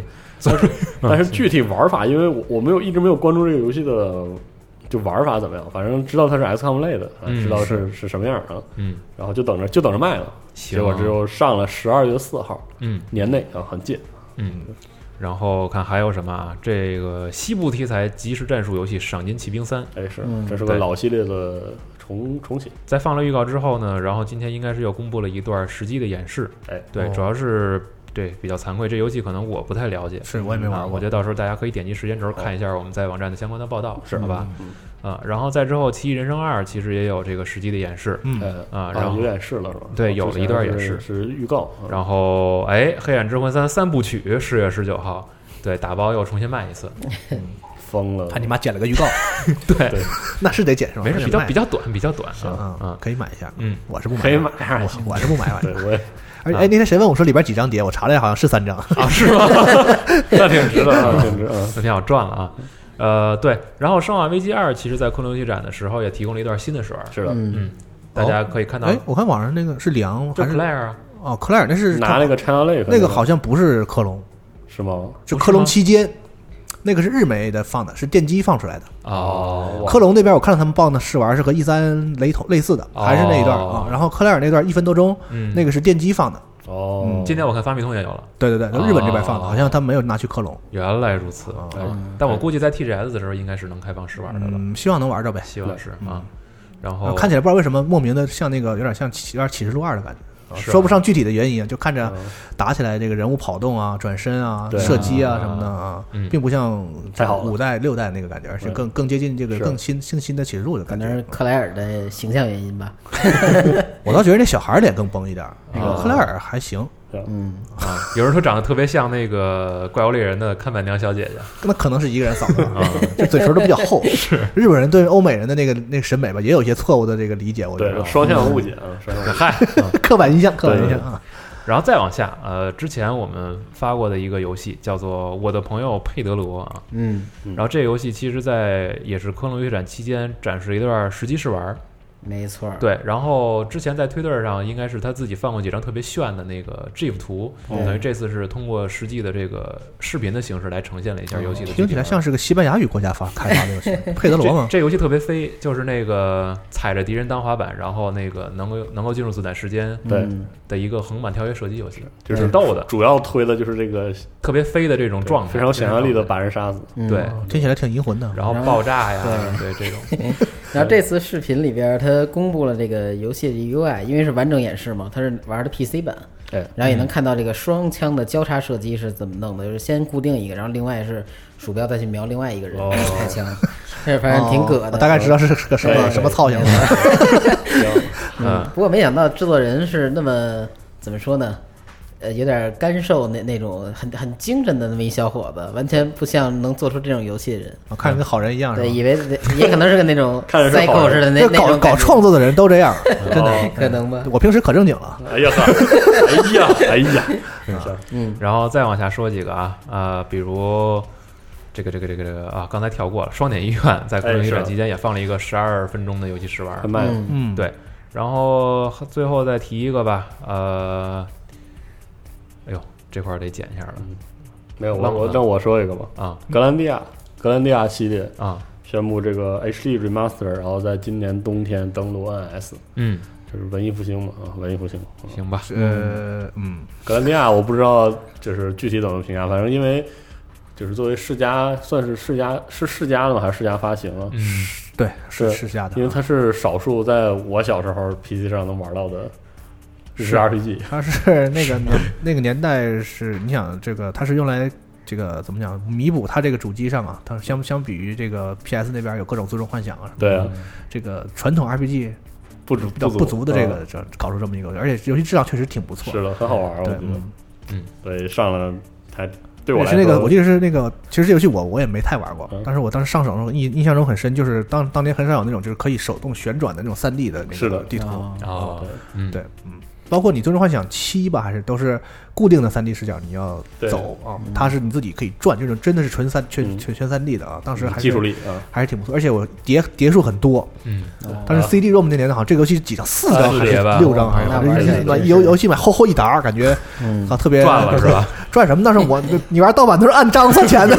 但是但是具体玩法，因为我我没有一直没有关注这个游戏的就玩法怎么样，反正知道它是 XCOM 类的，啊嗯知道是是什么样啊，嗯然后就等着就等着卖了，行结果只有上了十二月四号，嗯年内啊很近，嗯，然后看还有什么啊？这个西部题材即时战术游戏《赏金骑兵三》哎是，嗯这是个对老系列的重重启，在放了预告之后呢，然后今天应该是又公布了一段实际的演示，哎对，哦主要是对比较惭愧，这游戏可能我不太了解，是我也没玩啊，过，我觉得到时候大家可以点击时间轴看一下我们在网站的相关的报道，是好吧？嗯啊，然后在之后《奇异人生二》其实也有这个实际的演示，嗯，呃啊然后有演示了是吧？对我有了之前一段演示是是预告，啊然后哦哎，《黑暗之魂三》三部曲四月十九号，对，打包又重新卖一次，疯了，他你妈剪了个预告， (laughs) 对，对，那是得剪是吧？没事，那比较得卖比较短，比较短啊啊，啊，可以买一下。嗯，我是不买，可以买啊我我是 (laughs) 不买。反对正我也而哎，那天谁问我说里边几张碟？我查了一下，好像是三张。啊，是 (laughs) 吗？那挺值知道 (laughs) 的啊，啊，简直啊，那挺好赚了啊。呃，对，然后《生化危机二》其实在昆仑游戏展的时候也提供了一段新的试玩，是的，嗯，嗯，大家可以看到，哎，我看网上那个是梁就还是 Claire 啊，哦克莱尔，那是拿那个 China Lake 那个好像不是克隆，是吗？就不是克隆吗期间，那个是日媒的放的，是电机放出来的。哦，克隆那边我看到他们报的试玩是和 E 三雷同类似的，还是那一段哦啊。然后克莱尔那段一分多钟，嗯，那个是电机放的，嗯哦，今天我看发米通也有了，对对对，就日本这边放的，哦好像他们没有拿去克隆。原来如此哦，哎但我估计在 TGS 的时候应该是能开放试玩的了，嗯，希望能玩着呗。希望是啊。然啊后看起来不知道为什么莫名的像那个有点像启有点启示录二的感觉，哦是啊说不上具体的原因，就看着嗯打起来这个人物跑动啊、转身啊、对啊射击啊什么的啊嗯，并不像太好了五代六代那个感觉，而且对更更接近这个是更新更新的启示录的可感能是觉。克莱尔的形象原因吧。我倒觉得那小孩儿脸更崩一点，那个克莱尔还行，嗯，啊，有人说长得特别像那个《怪物猎人》的看板娘小姐姐那可能是一个人嗓子 (laughs) 啊，这嘴唇都比较厚。是日本人对欧美人的那个那个审美吧，也有一些错误的这个理解，我觉对得嗯双向误解啊，双向误解嗨， (laughs) 刻板印象，刻板印象对啊。然后再往下，呃，之前我们发过的一个游戏叫做《我的朋友佩德罗》啊，嗯，然后这个游戏其实在也是科隆游戏展期间展示一段实机试玩儿，没错嗯儿。对，然后之前在推特上应该是他自己放过几张特别炫的那个 GIF 图，嗯哦等于这次是通过实际的这个视频的形式来呈现了一下游戏的具体玩儿。听起来像是个西班牙语国家发开发的游戏，佩德罗这嘛，这游戏特别飞，就是那个踩着敌人当滑板，然后那个能够能够进入子弹时间对，嗯的一个横版跳跃射击游戏，就是挺逗的，主要推的就是这个特别飞的这种状态，非常有想象力的这种把人杀死，嗯对听起来挺银魂的状态，。然后爆炸呀，对这种， (laughs) 然后这次视频里边儿，他公布了这个游戏的 UI，因为是完整演示嘛，他是玩的 PC 版，哎，然后也能看到这个双枪的交叉射击是怎么弄的，就是先固定一个，然后另外是鼠标再去瞄另外一个人哦开枪，这反正挺哦葛我的。大概知道是个什么对什么造型了。嗯，不过没想到制作人是那么怎么说呢？呃，有点干瘦那那种很很精神的那么一小伙子，完全不像能做出这种游戏的人。我看着跟好人一样，是对，吧？以为也可能是个那种 (laughs) 看着是好 psycho 人似的那这那搞种搞感觉哦创作的人都这样，真的。可能吧。我平时可正经了，哎呀，哎呀，哎呀，嗯嗯然后再往下说几个啊，呃，比如这个这个这个这个啊，刚才跳过了。双点医院在昆哎仑是影展期间也放了一个十二分钟的游戏试玩还，卖了，嗯，对。然后最后再提一个吧，呃，哎呦，这块儿得剪一下了没有我忘了我那我说一个吧，啊格兰蒂亚，格兰蒂亚系列啊，宣布这个 HD remaster，然后在今年冬天登陆 NS，嗯，这是文艺复兴嘛啊，文艺复兴。嗯行吧，呃，嗯，格兰蒂亚我不知道就是具体怎么评价，反正因为就是作为世嘉，算是世嘉是世嘉的吗？还是世嘉发行啊？嗯，对，是是是这样的因为啊。它是少数在我小时候 PC 上能玩到的日式是 RPG，它是那个年那个年代是，你想这个它是用来这个怎么讲，弥补它这个主机上啊，它相相比于这个 PS 那边有各种最终幻想啊什么的，对啊，这个传统 RPG 不足嗯比较不足的这，嗯个，这搞出这么一个，而且游戏质量确实挺不错。是的，很好玩，我觉对，得嗯，。所以上了还对我来是说，那个，我记得是那个，其实这游戏我我也没太玩过嗯，但是我当时上手的时候印印象中很深，就是当当年很少有那种就是可以手动旋转的那种三 D 的那是的个地图，哦哦对，嗯，对，嗯，包括你《最终幻想七》吧，还是都是固定的三 D 视角，你要对走啊，它是你自己可以转，这种真的是纯三嗯全全全三 D 的啊，当时还是技术力啊，还是挺不错，而且我碟碟数很多，嗯，但啊是 CD ROM 那年的好像这个游戏几张，四啊张是还是碟吧六张还是那反嗯玩正意儿一那真是游游戏买厚厚一沓儿，感觉嗯，啊特别赚了是 (laughs) 吧？ (laughs) 赚什么？但是我你玩盗版都是按张算钱的，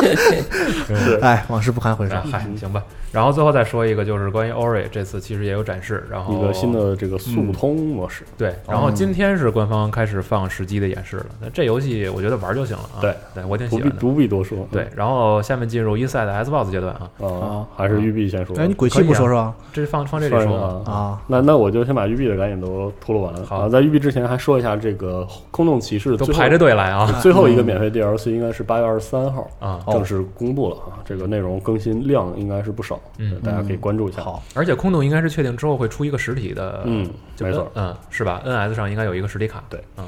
对，哎，往事不堪回首啊。嗨，行吧。然后最后再说一个，就是关于 Ori 这次其实也有展示，然后一个新的这嗯个速通模式，对，然后今天是官方开始放实机的演示了。那这游戏我觉得玩就行了啊。对，对我挺喜不必欢的。不必多说，对，然后下面进入 Inside 的 Xbox 阶段啊，啊，还是育碧先说，哎，你鬼可泣以啊不说说这放放这里算说吧。了啊。啊？那那我就先把育碧的赶紧都吐露完了。好啊在育碧之前还说一下这个空洞骑士都最后嗯排着队来啊最后一个免费 DLC 应该是八月二十三号啊！正式公布了啊，这个内容更新量应该是不少，嗯对大家可以关注一下。好，而且空洞应该是确定之后会出一个实体的，嗯就没错 N- 嗯，是吧？NS 上应该有一个实体卡，对，嗯，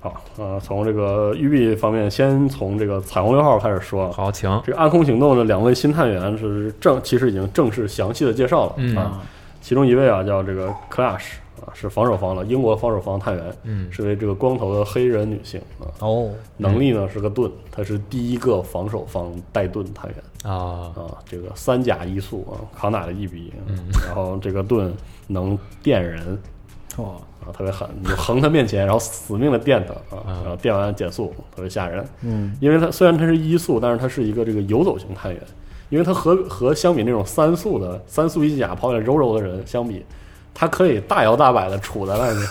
好，呃，从这个育碧方面，先从这个彩虹六号开始说啊。好，请。这个《暗空行动》的两位新探员是正，其实已经正式详细的介绍了、嗯啊。其中一位啊叫这个 Clash 啊，是防守方的英国防守方探员，嗯是位这个光头的黑人女性啊。哦，能力呢是个盾，她是第一个防守方带盾探员啊，啊，这个三甲一速啊，康乃的一逼，啊 (laughs) 然后这个盾能电人哦，啊，特别狠，你就横他面前，然后死命的电他啊，啊然后电完减速，特别吓人。嗯，因为它虽然它是一速，但是它是一个这个游走型探员，因为它和和相比那种三速的三速一甲跑起来柔柔的人相比，它可以大摇大摆的杵在外面。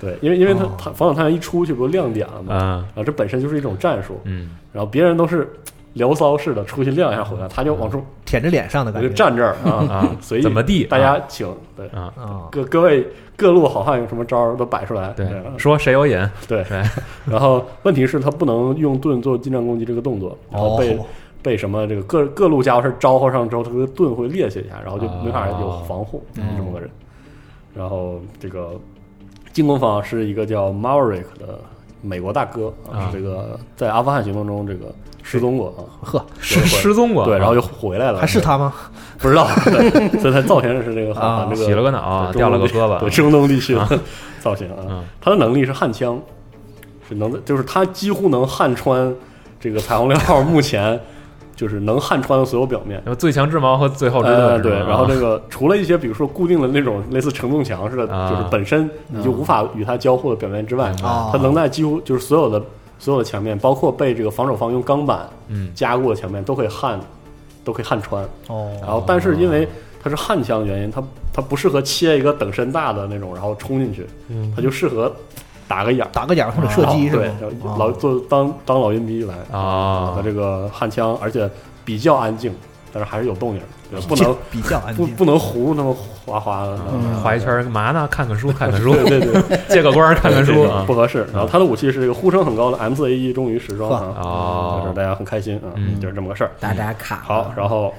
对，因为因为它它防守探员一出去不就亮点了吗？哦啊，啊，这本身就是一种战术。嗯然后别人都是聊骚似的出去亮一下回来，他就往出舔着脸上的我感就觉站这儿啊，嗯啊，随意怎么地？大家请对。啊，啊，各各位各路好汉有什么招儿都摆出来，对啊，说谁有瘾？对对， (laughs) 然后问题是，他不能用盾做近战攻击这个动作，然后被、哦被什么这个各各路家伙事招呼上之后，他的盾会趔趄一下，然后就没法有防护、这么个人。然后这个进攻方是一个叫 Maverick 的美国大哥，啊是这个在阿富汗行动中这个失踪过啊，呵，失失踪过，啊对，然后又回来了，还是他吗？不知道， (laughs) 对所以他造型是这个好啊像这洗了个脑，掉了个胳对膊，中东地区的 (laughs) 造型啊嗯，他的能力是焊枪，是能在就是他几乎能焊穿这个彩虹六号目前就是能焊穿的所有表 (laughs) 面。那么最强之矛和最后之盾呃，是吧，啊对，然后这个除了一些比如说固定的那种类似承重墙似的，啊就是本身你就无法与它交互的表面之外，明白啊它能在几乎就是所有的所有的墙面，包括被这个防守方用钢板嗯加固的墙面，都可以焊，都可以焊穿。然哦，后，但是因为它是焊枪的原因，它它不适合切一个等身大的那种，然后冲进去，嗯它就适合打个眼儿，打个眼儿或者射击是对吗，然？哦后老做当当老阴逼来啊它这个焊枪，而且比较安静，但是还是有动静儿，对不能比较安不静，不能糊那么哗哗的，嗯画一圈儿干嘛呢？看看书，看看书，对对对， (laughs) 借个光儿看看对书对对啊不合适。然后它的武器是这个呼声很高的 M 4 A 1终于时装啊，就是哦，大家很开心啊，嗯就是这么个事儿。打打卡，好，然后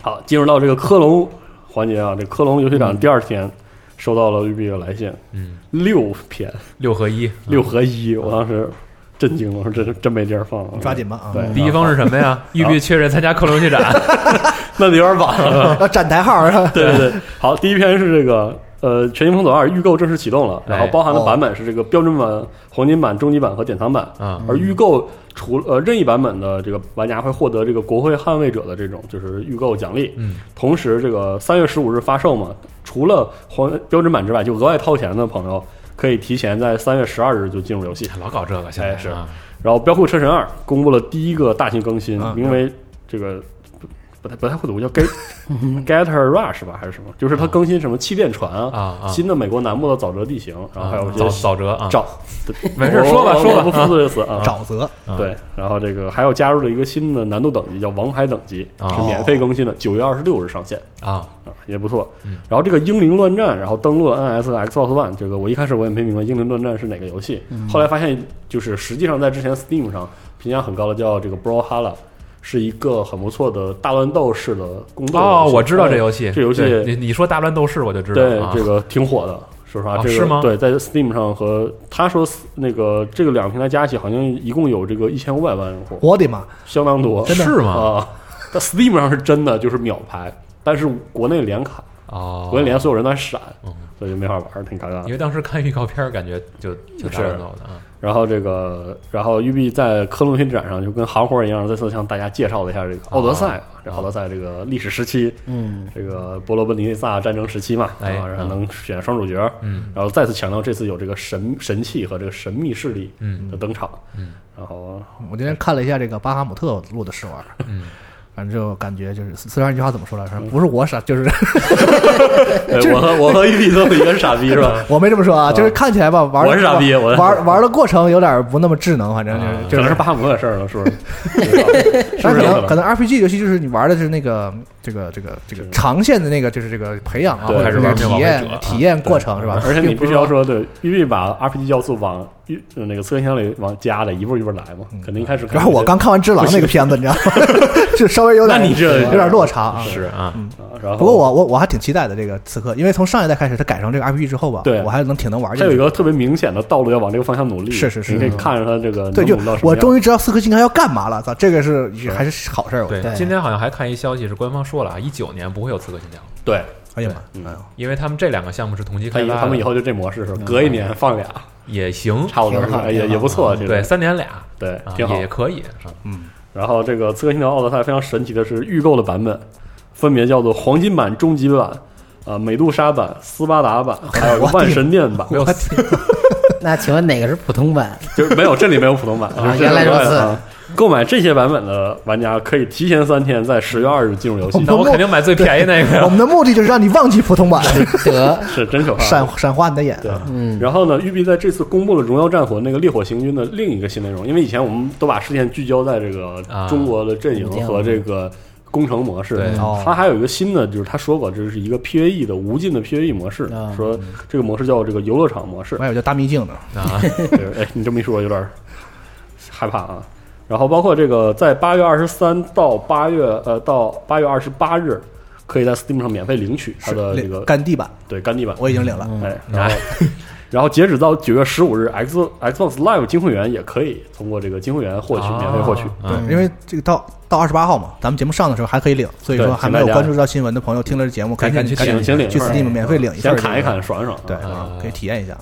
好进入到这个科隆环节啊，这科隆游戏展第二天收到了育碧的来信，嗯，六篇六合一，六合一，我当时震惊了，我说这真没地儿放了，抓紧吧啊！对第一封是什么呀？玉碧确认参加克隆戏展， (laughs) 啊那得有点晚了。 (laughs) 要站台号啊是吧？ (laughs) 对对对，好，第一篇是这个呃《全新封锁二》预购正式启动了，然后哎包含的哦版本是这个标准版、黄金版、终极版和典藏版。啊而预购除呃任意版本的这个玩家会获得这个国会捍卫者的这种就是预购奖励，嗯，同时这个三月十五日发售嘛，除了黄标准版之外，就额外掏钱的朋友可以提前在三月十二日就进入游戏。 (laughs) 老搞这个现在哎是啊然后《飙酷车神二》公布了第一个大型更新，嗯名为这个不不太不太会读，叫 (laughs) Get Getter Rush 吧还是什么？就是它更新什么气垫船啊啊，新的美国南部的沼泽地形，然后还有一早些早折啊，沼，没事说吧我我说吧我不负责这词啊。沼泽啊对，然后这个还有加入了一个新的难度等级，叫王牌等级，哦是免费更新的，九月二十六日上线啊，啊，也不错嗯。然后这个《英灵乱战》，然后登陆了 NS、Xbox One，这个我一开始我也没明白《英灵乱战》是哪个游戏，后来发现就是实际上在之前 Steam 上评价很高的叫这个《Brawlhalla》，是一个很不错的大乱斗式的工作游戏。哦，我知道这哎游戏，这游戏对你你说大乱斗士我就知道对啊，这个挺火的。说实话，哦这个、是吗对，在 Steam 上和他说那个这个两个平台加起，好像一共有这个一千五百万用户，我的妈！相当多。真的是吗？啊，在 Steam 上是真的就是秒排，但是国内连卡，哦，国内连所有人都在闪嗯，所以就没法玩，挺尴尬因的。为当时看预告片儿，感觉就挺大乱斗的啊。然后这个，然后育碧在科隆新展上就跟行活一样，再次向大家介绍了一下这个奥德赛，哦这奥德赛这个历史时期，嗯，这个波罗奔尼撒战争时期嘛，哎啊，然后嗯能选双主角，嗯然后再次强调这次有这个神神器和这个神秘势力嗯的登场，嗯，然 (laughs) 后我今天看了一下这个巴哈姆特录的试玩，嗯， (laughs) 反正就感觉就是四十二句话怎么说嗯来着？不是我傻，就是哎我和我和育碧都是一个傻逼是嗯吧？我没这么说啊，就是看起来吧，玩我是傻逼我玩玩玩的过程有点不那么智能，反正啊就可能是就是是，巴姆特的事儿 (laughs) 了，是不是？不知道是不但可是有能可能？能 RPG 游戏就是你玩的是那个这个这个这个是长线的那个就是这个培养啊，对或开者是始玩体命往回验折体验过程是吧？啊而且你并不必是须要说，对，育碧把 RPG 要素往育那个测验箱里往加的，一步一步来嘛，可能一开始可嗯能然后我就刚看完《只狼》那个片子，你知道吗？就稍 (laughs) 稍微有点那你这有点落差啊。是啊，啊然后不过我我我还挺期待的这个刺客，因为从上一代开始，它改成这个 RPG 之后吧，对我还能挺能玩它这有一个。个特别明显的道路要往这个方向努力，是是是你可以看着它这个对，就能努到什么我样终于知道刺客信条要干嘛了，操，这个是还是好事儿，我觉得。对，今天好像还看一消息是官方说了啊，一九年不会有刺客信条，对，哎呀妈，嗯哎呦因为他们这两个项目是同期哦他开以发的，他们以后就这模式是嗯吧？隔一年放 (laughs) 俩，也行，差不多挺好哎也挺好也不嗯错，这对，个三年俩，对啊，挺好。也可以，是吧然后这个《刺客信条：奥德赛》非常神奇的是，预购的版本分别叫做黄金版、终极版、啊美杜莎版、斯巴达 (laughs) 版，还有个万神殿版，没有那请问哪个是普通 (laughs) 版？就是没有这里没有普通版。啊就是原来如此啊购买这些版本的玩家可以提前三天在十月二日进入游哦戏，那我肯定买最便宜那个哎我呀。们的目的就是让你忘记普通版，得， (laughs) 是真可怕。 (laughs) 闪闪花你的眼。对，嗯，然后呢，育碧在这次公布了《荣耀战魂》那个烈火行军的另一个新内容，因为以前我们都把视线聚焦在这个啊中国的阵营和这个攻城模式对，哦它还有一个新的，就是他说过这是一个 PVE 的无尽的 PVE 模式啊，说这个模式叫这个游乐场模式我。还有叫大秘境呢， (laughs) (laughs) 啊，就是哎，你这么一说，有点害怕啊。然后包括这个，在八月二十三到八月呃到八月二十八日，可以在 Steam 上免费领取它是的呃这那个干地版，对干地版。我已经领了。哎，啊然后然后截止到九月十五日，X Xbox Live 金会员也可以通过这个金会员获取免费获取。啊对，因为这个到到二十八号嘛，咱们节目上的时候还可以领，所以对说还没有请大家关注到新闻的朋友，听了这节目可以赶紧赶赶紧紧去领去先领一份儿 Steam 免费领一份先儿，砍一砍，爽一爽啊。对，啊可以体验一下。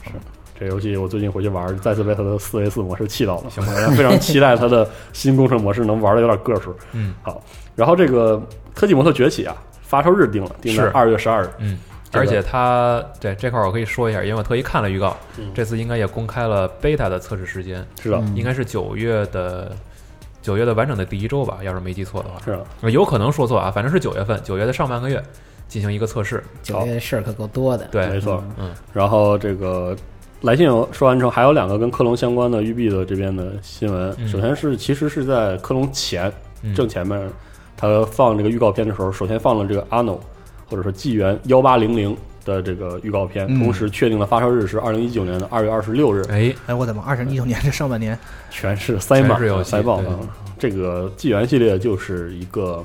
这游戏我最近回去玩，再次被它的四 v 四模式气到了， (laughs) 非常期待它的新工程模式能玩的有点个数。嗯，好，然后这个科技模特崛起啊，发售日定了，定在是二月十二日。嗯，这个而且它对这块儿我可以说一下，因为我特意看了预告嗯，这次应该也公开了 beta 的测试时间，是的，嗯应该是九月的九月的完整的第一周吧，要是没记错的话，是的，有可能说错啊，反正是九月份，九月的上半个月进行一个测试，九月事儿可够多的。对，没错。嗯，然后这个来信说完之后，还有两个跟克隆相关的育碧的这边的新闻。嗯首先是其实是在克隆前嗯正前面，他放这个预告片的时候，首先放了这个阿诺或者说纪元幺八零零的这个预告片，嗯同时确定了发售日是二零一九年的二月二十六日，哎，哎，我的妈！二零一九年这上半年，全是塞满全是游戏塞爆对啊！这个纪元系列就是一个。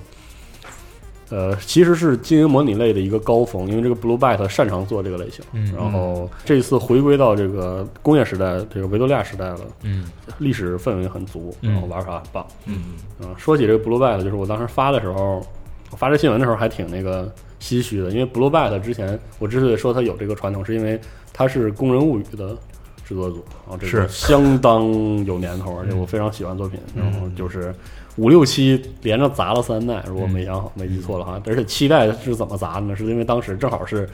呃，其实是经营模拟类的一个高峰，因为这个 Blue Byte 擅长做这个类型。嗯然后这一次回归到这个工业时代，这个维多利亚时代了，嗯历史氛围很足，嗯然后玩法很棒。嗯，嗯，说起这个 Blue Byte，就是我当时发的时候，我发这新闻的时候还挺那个唏嘘的，因为 Blue Byte 之前我之所以说它有这个传统，是因为它是《工人物语》的制作组，然后这个是嗯相当有年头，而且我非常喜欢作品，然后就是。五六七连着砸了三代，如果没想好、没记错的嗯话，而且七代是怎么砸的呢？是因为当时正好是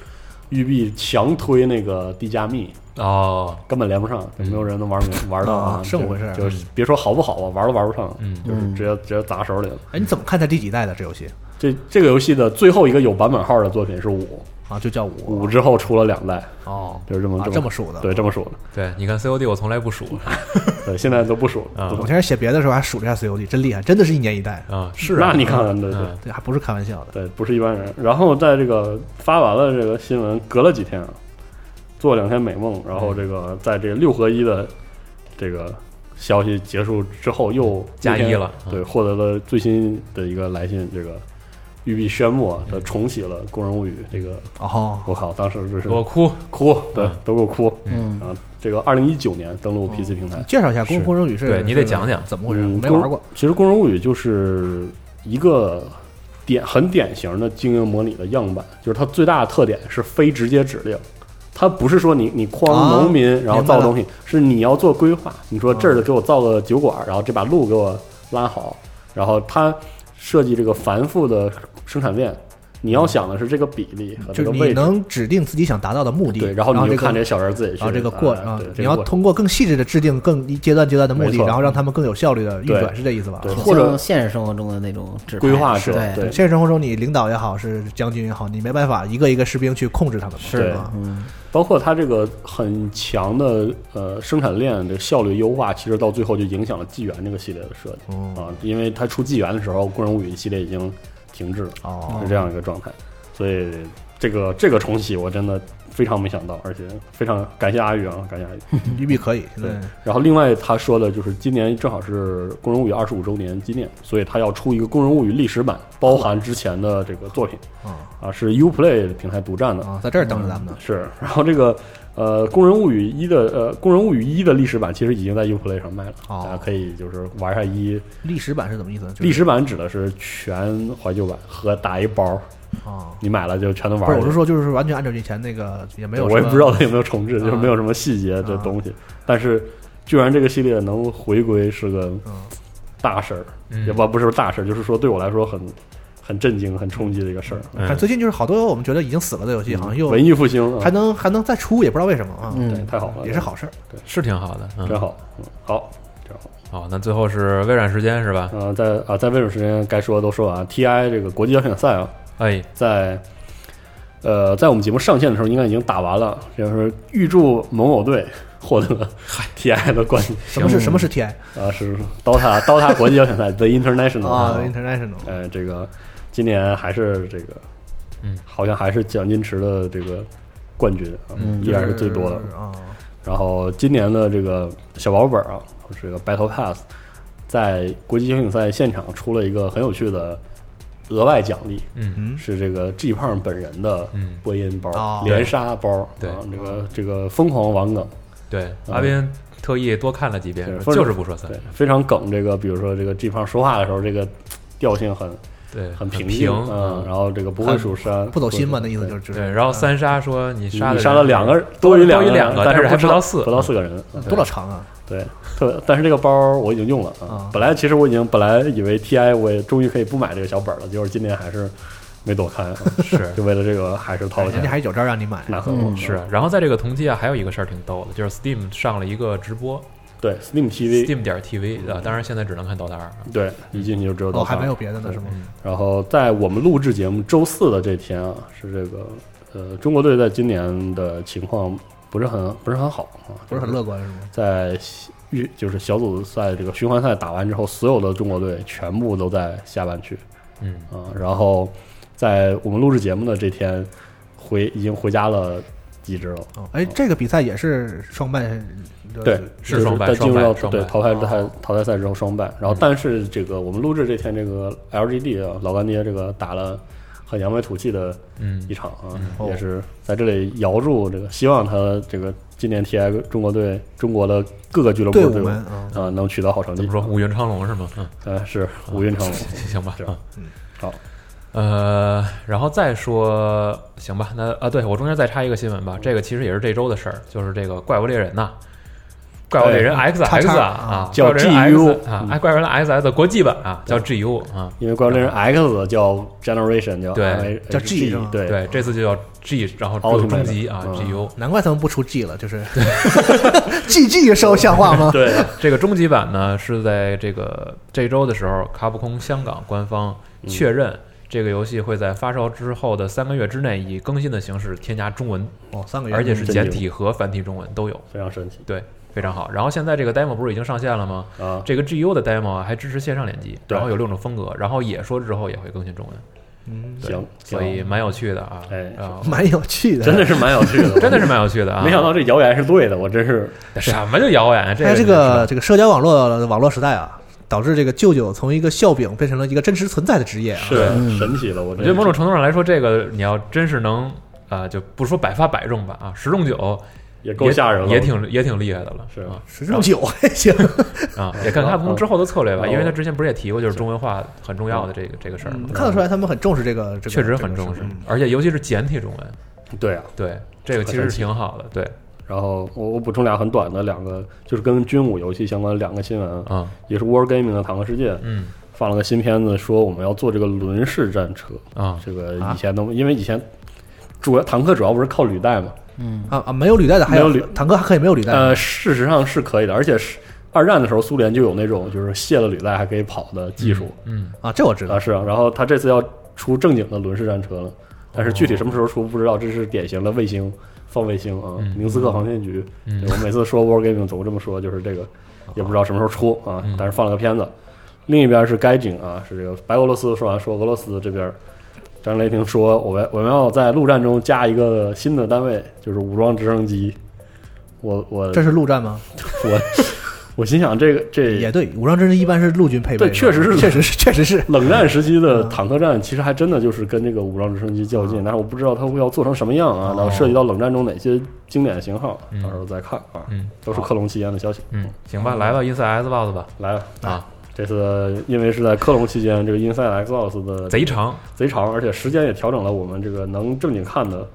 育碧强推那个低加密，哦，根本连不上，就没有人能玩明 (laughs) 玩到啊这么回事儿就就别说好不好吧，玩都玩不上，嗯就是直接直接砸手里了。哎，你怎么看它第几代的这游戏这这个游戏的最后一个有版本号的作品是五，啊？就叫五五之后出了两代，哦，就是这么啊这么这么数的。对，，这么数对，你看 COD 我从来不数 (laughs) 的，对，现在都不数啊了。我现在写别的时候还数了一下 COD，真厉害，真的是一年一代，啊，是是啊，那你看看，对对嗯对，还不是开玩笑的。对，不是一般人。然后在这个发完了这个新闻，隔了几天啊，做两天美梦，然后这个在这个六合一的这个消息结束之后又加一了嗯对，获得了最新的一个来信，这个育碧宣布啊，它重启了《工人物语》这个，哦，我靠，当时就是给我哭，哭，对嗯，都给我哭嗯，啊！这个二零一九年登陆 PC 平台，介绍一下《是工工人语》是？对你得讲讲怎么回事，嗯我没玩过。。其实《工人物语》就是一个典很典型的经营模拟的样板，就是它最大的特点是非直接指令。它不是说你你啊诓农民、然后明白造了嗯东西，是你要做规划。你说这儿的给我造个酒馆，然后这把路给我拉好，然后它设计这个繁复的生产链。你要想的是这个比例和这嗯就是个你位置，能指定自己想达到的目的，对，然然后你就这个看这小人自己去然后这个过啊啊对，，你这个要过程通过更细致的制定更一阶段阶段的目没的，错然后让他们更有效率的运转，对是这意思吧？对挺或者像现实生活中的那种指派规划是制对对现实生活中，你领导也好，是将军也好，你没办法一个一个士兵去控制他们嘛，是吧？嗯包括它这个很强的呃生产链的效率优化，其实到最后就影响了纪元这个系列的设计嗯，啊，因为它出纪元的时候，《工人物语》系列已经停滞了，哦，是这样一个状态，所以这个这个重启我真的非常没想到，而且非常感谢阿宇啊，感谢阿宇。玉璧可以，现在对然后另外他说的就是今年正好是《工人物语》二十五周年纪念，所以他要出一个《工人物语》历史版，包含之前的这个作品啊啊，是 UPlay 平台独占的。啊，在这儿等着咱们呢。是，然后这个呃，《工人物语一》的呃，《工人物语一》的历史版其实已经在 UPlay 上卖了，哦大家可以就是玩一下一。历史版是怎么意思？就是历史版指的是全怀旧版和打一包，啊，你买了就全都玩不儿是，去。我是说，就是完全按照以前那个也没有，我也不知道它有没有重置，就是啊没有什么细节的啊东西。但是，居然这个系列能回归，是个嗯大事儿，嗯也不不是大事儿，就是说对我来说很很震惊、很冲击的一个事儿。嗯看最近就是好多我们觉得已经死了的游嗯戏，好像又文艺复兴还啊，能还能再出，也不知道为什么啊，对，嗯，太好了，也是好事儿。是挺好的，真嗯，好，嗯好，真好。好，那最后是微软时间是吧？嗯，在啊，在微软时间该说的都说完，TI 这个国际邀请赛啊，哎，在呃，在我们节目上线的时候，应该已经打完了。就是预祝某某队获得 TI 的冠军什么是什么是 TI 啊，是 DOTA DOTA 国际邀请赛 The International 啊？International 呃，这个今年还是这个，嗯，好像还是蒋劲池的这个冠军啊，嗯依然是最多的。啊然后今年的这个小保本啊，这个 Battle Pass，在国际邀请赛现场出了一个很有趣的额外奖励，嗯嗯是这个 G 胖本人的嗯，播音包、哦连杀包，对啊，这个这个疯狂网梗，对，嗯阿斌特意多看了几遍对，分就是不说三对，，非常梗。这个比如说这个 G 胖说话的时候，这个调性很对，很平平静，嗯，嗯，然后这个不会数山，不走心嘛，会那意思就是就是对，然后三杀说你你杀的杀了人两个，多于多个于人，两个，但但是还不不到四，不到四个人，嗯多少长啊？对，特但是这个包我已经用了啊啊。本来其实我已经本来以为 TI 我也终于可以不买这个小本了，结果今年还是没躲 (laughs) 开，啊是就为了这个还是掏了人家钱。还有招让哎你买，那可嗯不 (laughs) 是。然后在这个同期啊，还有一个事儿挺逗的，就是 Steam 上了一个直播对 Steam TV， ，Steam 点 TV 啊，当然现在只能看《DOTA 二》了。对，一进去就知道哦，到还它没有。别的呢是吗？嗯然后在我们录制节目周四的这天啊，是这个呃中国队在今年的情况不是很不是很好啊，不是很乐观是吗？在预就是小组赛这个循环赛打完之后，所有的中国队全部都在下半区嗯，啊、然后在我们录制节目的这天回已经回家了几支了，哦，哎，这个比赛也是双败，对，呃是就双败在进入到双败对双败淘汰哦赛淘汰赛之后双败，然后嗯但是这个我们录制这天这个 LGD 啊老干爹这个打了很扬眉吐气的嗯一，场啊，嗯也是在这里遥祝这个希望他这个今年 TI 中国队中国的各个俱乐部队伍队伍们啊、啊，能取得好成绩。怎么说？五云昌龙是吗？嗯， (laughs) 呃，是五云 (laughs) 成龙。行吧是，啊嗯，好，呃，然后再说，行吧，那啊，对我中间再插一个新闻吧，这个其实也是这周的事儿，就是这个怪物猎人呐、怪物猎人 X 叉 X 叉啊啊啊，叫怪物猎人 GU X 啊嗯，哎怪物猎人 X X 国际版啊，叫 GU 啊，因为怪物猎人 X 叫 Generation，叫对 R- 叫 G， G 是吗对对，这次就叫 G，然后奥特曼终极啊嗯，GU 难怪他们不出 G 了，就是 (laughs) G G 时候像话 (laughs) 吗？对，这个终极版呢是在这个这周的时候，卡普空香港官方嗯确认这个游戏会在发售之后的三个月之内以更新的形式添加中文，哦，三个月，而且是哎真牛简体和繁体中文都有。非常神奇对，非常好。然后现在这个 demo 不是已经上线了吗？啊！这个 GU 的 demo 啊还支持线上联机，对然后有六种风格，然后也说之后也会更新中文，嗯，对行，所以蛮有趣的啊。哎啊，蛮有趣 (laughs) 的，真的是蛮有趣 (laughs) 的，真的是蛮有趣的啊！没想到这谣言是对的，我真是什么就谣言，这哎，这个个这个社交网络网络时代啊，导致这个舅舅从一个笑柄变成了一个真实存在的职业啊。是嗯神奇了，我我真觉是得某种程度上来说，这个你要真是能啊、就不说百发百中吧啊，十中九也够吓人了，也挺也挺厉害的了，是啊十中九还行，啊，也看看他们之后的策略吧，嗯因为他之前不是也提过，就是中文化很重要的这个这个事儿嘛，看得出来他们很重视这个，这个嗯确实很重视这个事嗯，而且尤其是简体中文，对啊。对这个其实是挺好的，对，然后我我补充俩很短的两个，就是跟军武游戏相关的两个新闻，啊，也是 Wargaming 的《坦克世界》嗯放了个新片子，说我们要做这个轮式战车。啊，这个啊以前都因为以前主要坦克主要不是靠履带嘛，嗯，啊啊，没有履带的，还有没有履坦克还可以没有履带，呃，事实上是可以的，而且是二战的时候，苏联就有那种就是卸了履带还可以跑的技术、嗯，啊，这我知道啊，。是啊。然后他这次要出正经的轮式战车了，但是具体什么时候出不知道，这是典型的卫星放卫星啊，嗯明斯克航天局。嗯对我每次说 Wargaming 总这么说，就是这个也不知道什么时候出啊嗯，但是放了个片子。另一边是该警啊，是这个白俄罗斯说完说俄罗斯这边。张雷霆说：“我们我们要在陆战中加一个新的单位，就是武装直升机。我”我呃这是陆战吗？我我心想，这个也这对，武装直升机一般是陆军配备的，对确实是确 (laughs) 实是，确实是。冷战时期的嗯坦克战，其实还真的就是跟这个武装直升机较劲，但是我不知道它会要做成什么样啊啊哦，然后涉及到冷战中哪些经典型号嗯，到时候再看啊，嗯都是克隆期间的消息。嗯，行吧，来吧，一次 S box 吧，来了啊，这次因为是在克隆期间，这个 Inside Xbox 的贼长，贼长，而且时间也调整了我们这个能正经看的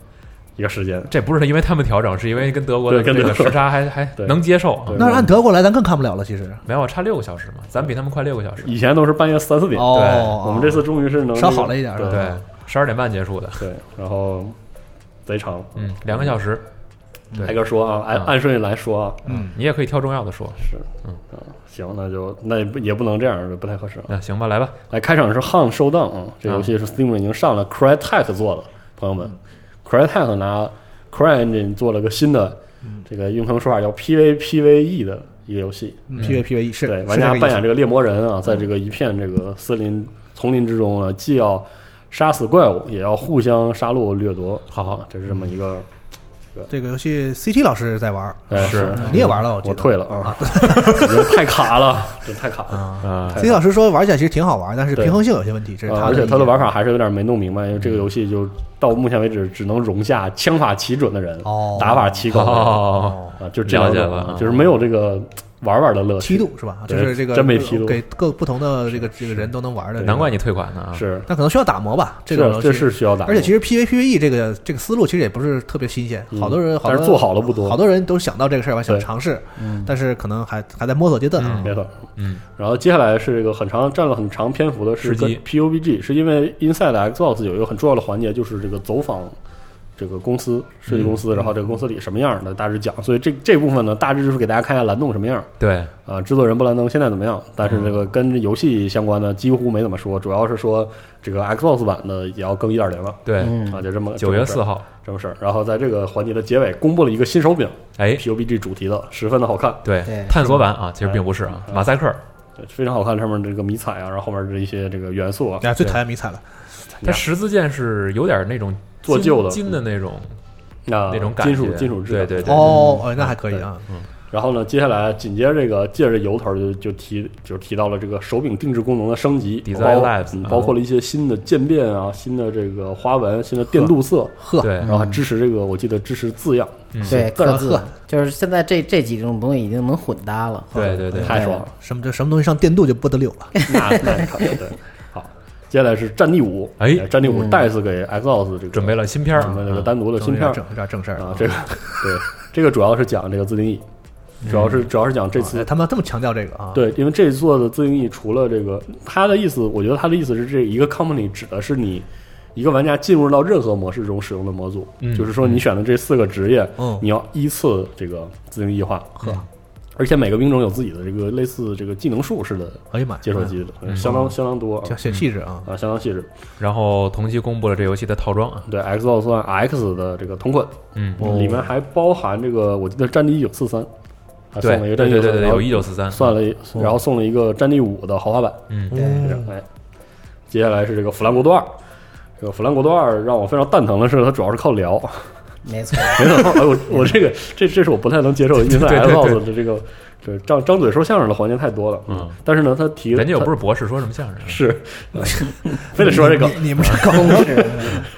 一个时间。这不是因为他们调整，是因为跟德国的对跟这个德国时差还还对能接受啊对。那按德国来，咱更看不了了。其实没有差六个小时嘛，咱比他们快六个小时。以前都是半夜三四点，哦，我们这次终于是能稍好了一点对是吧对，十二点半结束的，对，然后贼长，嗯，两个小时。对挨个说啊，按嗯按顺序来说啊，嗯，你也可以挑重要的说。是，嗯啊，行，那就那也不也不能这样，不太合适啊。那行吧，来吧，来，开场是《Han 收档》啊，这嗯游戏是 Steam 已经上了，Crytek 做的，朋友们，Crytek 嗯拿 CryEngine 做了个新的，嗯这个用他们说法叫 PVPVE E 的一个游戏， ，P V P V 是嗯对，是玩这家个意扮思嗯演这个猎魔人啊，在这个一片这个森林丛林之中呢，既要杀死怪物，也要互相杀戮掠夺。好啊，这是这么一个，这个游戏，C T 老师在玩儿，嗯哎是你也玩了，我记我得退了啊，因为太卡了， (laughs) 这太卡了。啊。啊太 C T 老师说玩起来其实挺好玩，但是对平衡性有些问题，这是啊他而且的。嗯他的玩法，还是有点没弄明白，因为这个游戏就到目前为止只能容下枪法奇准的人，哦打法奇高的人哦，啊，就这样了解了啊就是没有这个玩玩的乐趣。梯度是吧？就对是这个真没梯度给各不同的这个这个人都能玩的。难怪你退款呢啊！是，那可能需要打磨吧，这这个这是需啊要打的，而且其实 PVPVE E 这个这个思路其实也不是特别新鲜，嗯好多人好但多是做好了不多好多人都想到这个事儿吧，想对嗯尝试，但是可能还还在摸索阶段啊嗯。没错。嗯，然后接下来是这个很长占了很长篇幅的是吃跟鸡 PUBG，是因为 Inside Xbox 有一个很重要的环节就是这个走访这个公司设计公嗯司，然后这个公司里什么样的大致讲，所以这这部分呢大致就是给大家看一下蓝洞什么样对，啊，制作人布兰登现在怎么样？但嗯是这个跟游戏相关的几乎没怎么说，主要是说这个 Xbox 版的也要更一点零了对，嗯啊，就这么九月四号号，这么事儿。然后在这个环节的结尾公布了一个新手柄哎， ，PUBG 主题的，十分的好看。对对，探索版啊，其实并不是啊，马赛克，对非常好看，上面这个迷彩啊，然后后面这一些这个元素啊，啊，最讨厌迷彩了，它十字剑是有点那种金做旧的金的那种那那种感啊金觉，属金属质对感。对对，哦，嗯哎，那还可以啊，然后呢，接下来紧接着这个借着由头就就提就提到了这个手柄定制功能的升级， Design 包 Labs，嗯啊包括了一些新的渐变啊，新的这个花纹，新的电镀色，呵，对嗯然后还支持这个我记得支持字样，对，各各自自就是现在这这几种东西已经能混搭了。啊对对对，太 (laughs) 爽了，什么这什么东西上电镀就不得了了，那那你看对。好，接下来是《战地五》，哎《战地五》再次给 Xbox 这个准备了新片儿，准备了个嗯单独的有芯片点儿正有点正事儿啊，这个对这个主要是讲这个自定义，主要嗯是主要是讲这次哎他们这么强调这个啊，，对，因为这一座的自定义除了这个，他的意思，我觉得他的意思是，这一个 company 指的是你一个玩家进入到任何模式中使用的模组，嗯就是说你选的这四个职业，嗯你要依次这个自定义化，呵，而且每个兵种有自己的这个类似这个技能树似的哎呀妈呀，解说机制，嗯相当相当多啊小小气质啊，啊，相当细致。然后同期公布了这游戏的套装啊，对 Xbox One X 的这个同款，嗯，里面还包含这个，我记得《战地一九四三》，还送对了一对个《战对对地对，》，对1943然后有一九四三，嗯算了一，然后送了一个《战地五》的豪华版。对，这样哎，接下来是这个《弗兰国度二》，这个《弗兰国度二》让我非常蛋疼的是，它主要是靠聊， (laughs) 没错，没想到，哎，我我这个这这是我不太能接受的，因为对对 Xbox 的这个这张张嘴说相声的环节太多了，嗯，但是呢，他提人家又他不是博士，说什么相声啊？是， (laughs) 非得说这 (laughs) 个你，你你们这高公式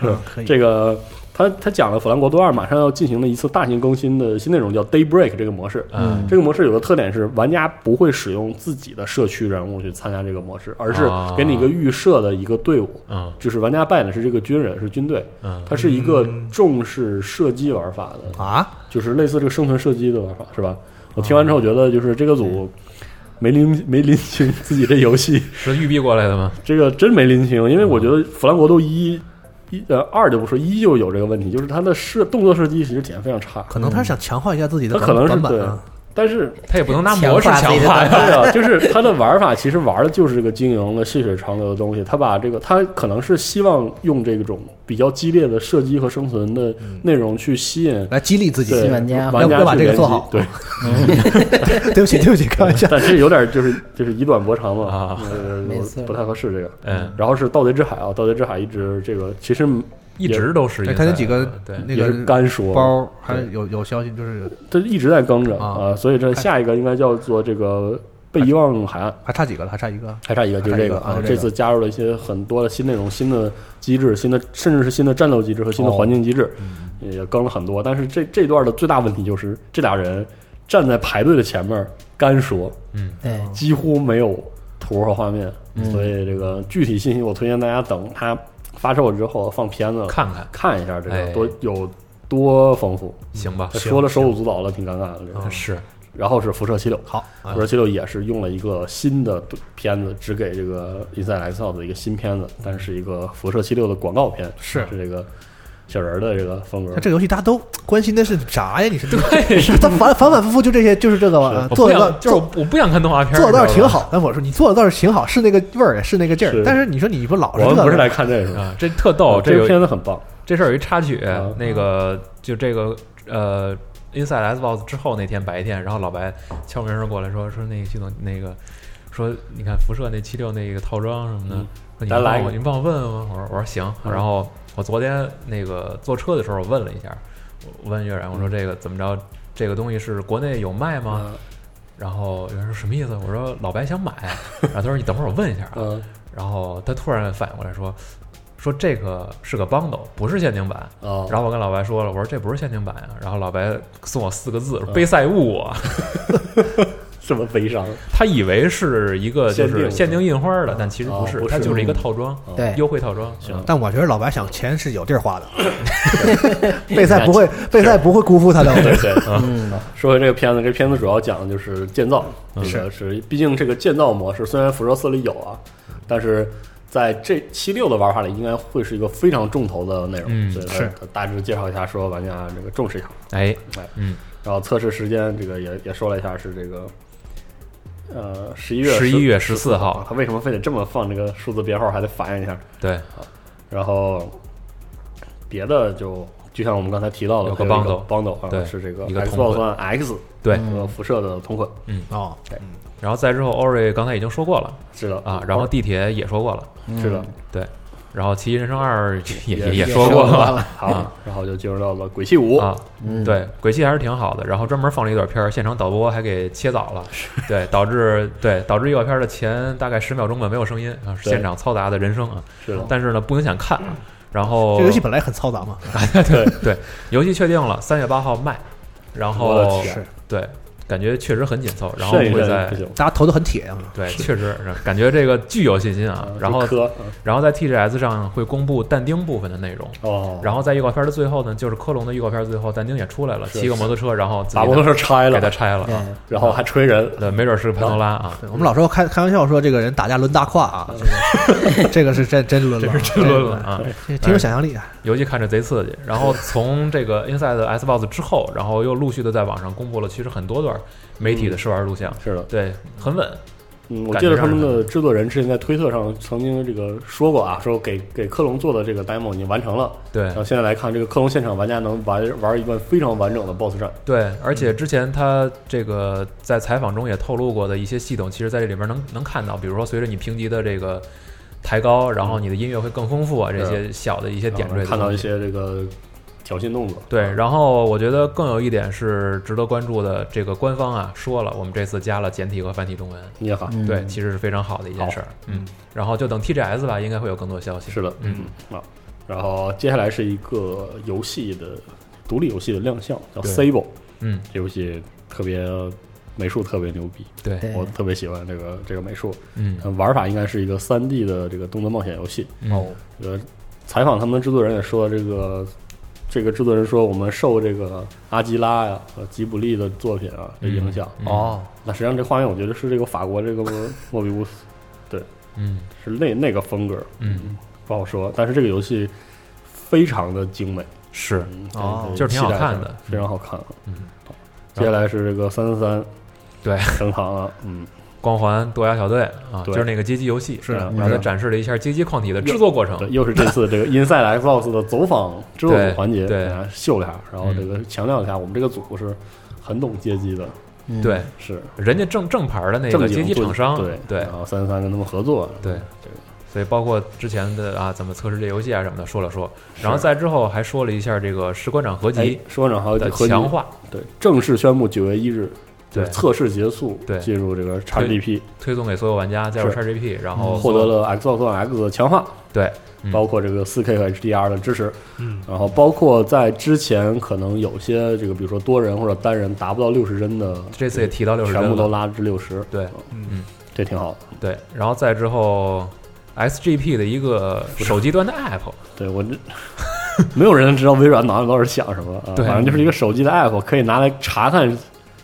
嗯可以，这个他他讲了《弗兰国度二》马上要进行的一次大型更新的新内容，叫 Daybreak 这个模式。嗯，这个模式有个特点是，玩家不会使用自己的社区人物去参加这个模式，而是啊给你一个预设的一个队伍，嗯就是玩家扮演的是这个军人，是军队，嗯它是一个重视射击玩法的，啊，就是类似这个生存射击的玩法，是吧？我听完嗯之后觉得，就是这个组没拎没拎清自己这游戏，是育碧过来的吗？这个真没拎清，因嗯为我觉得《弗兰国度一》一呃二就不说，一就有这个问题，就是它的射动作射击其实体验非常差，可能他是想强化一下自己的他可能是短板对啊，但 (laughs) 是他也不能拿模式强强化化自己呀。对啊，就是它的玩法其实玩的就是这个经营的细水长流的东西。它把这个，它可能是希望用这种比较激烈的射击和生存的内容去吸引嗯来激励自己。对玩家玩要家把去这个联做机好 (laughs) 对，对不起，对不起，开玩笑。但是有点就是就是以短博长嘛啊呃没错不太合适这个。嗯，然后是《盗贼之海》啊，《盗贼之海》一直这个其实 (laughs) 一直都是。对，他有几个对，那也个是干说，包，还有有消息就是它一直在更着啊啊，所以这还下一个应该叫做这个被遗忘海岸。还差几个了，还差一个。还差一个，就是这个还差一个啊！啊就这这个次加入了一些很多的新内容、新的机制、新的甚至是新的战斗机制和新的哦嗯环境机制，也更了很多。但是这这段的最大问题就是，这俩人站在排队的前面干说，对，几乎没有图和画面，嗯所以这个具体信息我推荐大家等它发售之后放片子看看看一下，这哎个多有多丰富。行吧？啊说了啊手舞足蹈了，挺尴尬的。这个嗯是然后是《辐射七六》，好，啊《辐射七六》也是用了一个新的片子，只给这个 Inside Xbox 的一个新片子，但是一个《辐射七六》的广告片，是是这个小人儿的这个风格那。这个游戏大家都关心的是啥呀？你是对， (laughs) 他反反反复复就这些，就是这个嘛是呃我做不的倒想，就是我我不想看动画片儿，做的倒是你知挺道吧好。哎但我说你做的倒是挺好，是那个味儿，是那个劲儿。是但是你说你不老是我们这个，不是来看这个的，啊，这特逗。这这个有片子很棒。这事儿有一插曲啊，那个就这个呃。Inside Xbox 之后那天白天，然后老白敲门声过来说说那个系统那个说你看辐射那七六那个套装什么的嗯，说你咱帮来一我个你帮我问问吗？我说我说行。嗯然后我昨天那个坐车的时候我问了一下，我问月然我说这个怎么着？这个东西是国内有卖吗？嗯然后有人说什么意思？我说老白想 (laughs) 买，然后他说你等会儿我问一下啊。嗯然后他突然反应过来说说这个是个 bundle，不是限定版。哦，然后我跟老白说了，我说这不是限定版啊。然后老白送我四个字：杯赛物我。这么悲伤， (laughs) 他以为是一个就限定是的限定印花的，但其实哦不是，不是它就是一个套装，哦对优惠套装。嗯行但我觉得老白想钱是有地 (laughs) 儿花的，备赛不会备赛不会辜负他的。 (laughs) 对对。嗯，说回这个片子，这片子主要讲的就是建造，这个是毕竟这个建造模式虽然辐射四里有啊，但是在这七六的玩法里，应该会是一个非常重头的内容，嗯所以它是它大致介绍一下，说玩家这个重视一下。哎哎，嗯，然后测试时间这个也也说了一下是这个，呃，十一月11月14号他为什么非得这么放这个数字编号，还得反映一下？对，然后别的就就像我们刚才提到的，有个还有一个 bundle bundle 对啊，是这个一个 Xbox 同捆 One X 对和辐射的同捆，哦，然后再之后，Ori 刚才已经说过了是的啊，然后地铁也说过了，是的，对，然后《奇异人生二》也也嗯 (laughs) 也也也说说过过了嗯了，好，然后就进入到了鬼泣五，啊，嗯，对，鬼泣还是挺好的，然后专门放了一段片儿，现场导播还给切早了，对，导致对导致预告片的前大概十秒钟吧没有声音啊，是对现场嘈杂的人声啊，是的，但是呢不影响看啊。然后嗯这游戏本来很嘈杂嘛，对，对游戏确定了，三月八号卖，然我的后天是对，感觉确实很紧凑，然后剩一会阵在不行，大家投的很铁啊。对确实感觉这个具有信心啊啊，然后就磕然后在 TGS 上会公布但丁部分的内容。哦，然后在预告片的最后呢，就是科隆的预告片最后，但丁也出来了，是骑个摩托车，然后自己把摩托车拆给了嗯他，拆了啊，对，然后还锤人，对，没准是潘多拉啊，嗯对我们老说开开玩笑说这个人打架抡大胯啊，这个 (laughs) 这个是真真抡了，嗯真抡了嗯啊！对，挺有想象力啊。游戏看着贼刺激。然后从这个 Inside Xbox 之后，然后又陆续的在网上公布了，其实很多段媒体的试玩录像，是的，对，很稳。嗯，我感记觉得他上们是的制作人之前在推特上曾经这个说过啊，说给给克隆做的这个 demo 已经完成了，对然后现在来看这个克隆现场，玩家能玩玩一段非常完整的 BOSS 战，对，而且之前他这个在采访中也透露过的一些系统，其实在这里边能能看到，比如说随着你评级的这个抬高，然后你的音乐会更丰富啊，这些小的一些点然后缀，能哦看到一。些这个挑衅动作，对，然后我觉得更有一点是值得关注的，这个官方啊说了，我们这次加了简体和繁体中文，你好，嗯对，其实是非常好的一件好事儿。嗯，然后就等 TGS 吧，应该会有更多消息。是的，嗯啊，然后接下来是一个游戏的独立游戏的亮相，叫对 Sable，嗯，这游戏特别美术特别牛逼，对，对我特别喜欢这个这个美术，嗯呃玩法应该是一个三 D 的这个动作冒险游戏，哦，呃，采访他们的制作人也说，这个这个制作人说，我们受这个阿基拉呀、和吉卜力的作品啊的影响。嗯哦，那实际上这画面，我觉得是这个法国这个 (laughs) 莫莫比乌斯，嗯是那那个风格，嗯，不好说。但是这个游戏非常的精美，是嗯哦可以就是挺好期待一下看的非常好看啊。嗯接下来是这个三三三，对，登场了，嗯，光环多牙小队啊，对就是那个街机游戏，是的然后它展示了一下街机矿体的制作过程对，，又是这次这个 Inside Xbox 的走访制作对组环节，对嗯给大家秀了一下，然后这个强调一下，我们这个组是很懂街机的，嗯对，是人家正正牌的那正个经街机做厂商，对嗯对然后三三跟他们合作，对这个所以包括之前的啊，怎么测试这游戏啊什么的说了说，然后再之后还说了一下这个士官长合哎集，说长还有的合集强化，对，正式宣布九月一日，对就是测试结束，对进入这个 XGP，推送给所有玩家加入 XGP，然后嗯获得了 Xbox One X 的强化，对嗯包括这个 4K 和 HDR 的支持，嗯，然后包括在之前可能有些这个，比如说多人或者单人达不到六十帧的，这次也提到六十全部帧都了，拉至六十，啊对嗯这挺好的。对，然后再之后 SGP 的一个手机端的 App，对我这 (laughs) 没有人知道微软脑袋到底想什么啊，对反正就是一个手机的 app 可以拿来查看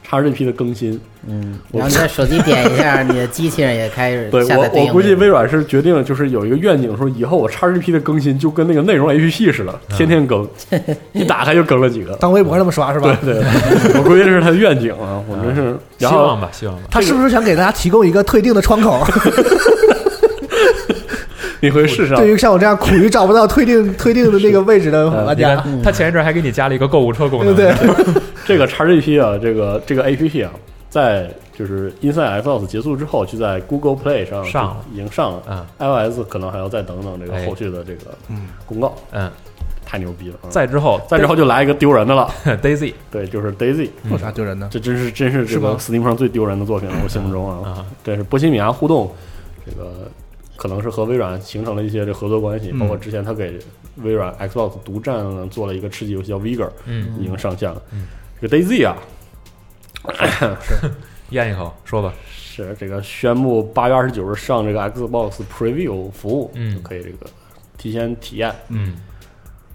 XGP 的更新。嗯，我然后你在手机点一下，你的机器上也开哎始对下载我，应我用估计那个微软是决定就是有一个愿景，说以后我 XGP 的更新就跟那个内容 APP 似的，嗯天 (laughs) 天更，一打开就更了几个。当微博那么刷是吧？对， (laughs) 我估计这是他的愿景啊，我真是。哎希然后望吧，希望吧，他是不是想给大家提供一个退订的 (laughs) 窗口？你回试试啊，对于像我这样苦于找不到退订退订的那个位置 (laughs) 的呃玩你家，看他前一阵还给你加了一个购物车功对不能，对？这个 XGP 啊，这个这个 APP 啊，在就是 Inside Xbox 结束之后，就在 Google Play 上上了已经上了。嗯 iOS 可能还要再等等这个哎后续的这个嗯公告，嗯，太牛逼了！啊再之后再之后就来一个丢人的了， (laughs) Daisy 对，就是 Daisy，有啥丢人嗯的？这真是真是这个吗 Steam 上最丢人的作品了，我心目中啊，啊，这是波西米亚互动，这个可能是和微软形成了一些这合作关系，嗯包括之前他给微软 Xbox 独占了做了一个吃鸡游戏叫 Vigor，嗯，已经上线了嗯。这个 Daisy 啊，咽一口说吧，是这个宣布八月二十九日上这个 Xbox Preview 服务，嗯就可以这个提前体验。嗯，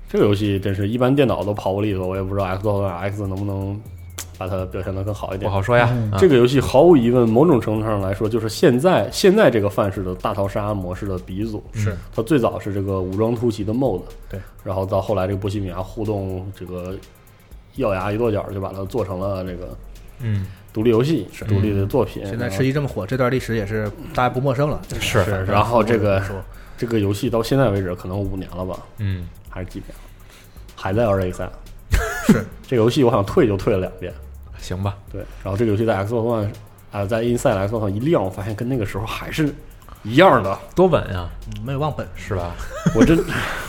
这个游戏真是一般电脑都跑不利索，我也不知道 Xbox X 能不能把它表现得更好一不点。好说呀，啊嗯这个游戏毫无疑问，某种程度上来说，就是现在现在这个范式的大逃杀模式的鼻祖。嗯是它最早是这个武装突袭的 MOD，对，然后到后来这个波西米亚互动，这个咬牙一跺脚就把它做成了这个嗯独立游戏，独立的作品。嗯现在然后吃鸡这么火，这段历史也是大家不陌生了。是是然后这个说这个游戏到现在为止可能五年了吧，嗯，还是几年了，还在 RA 三。 (laughs) 是这个游戏我想退就退了两遍，行吧，对。然后这个游戏在 Xbox One 啊、在 Inside Xbox 上一亮，我发现跟那个时候还是一样的。多稳啊，嗯没有忘本，是吧？我真，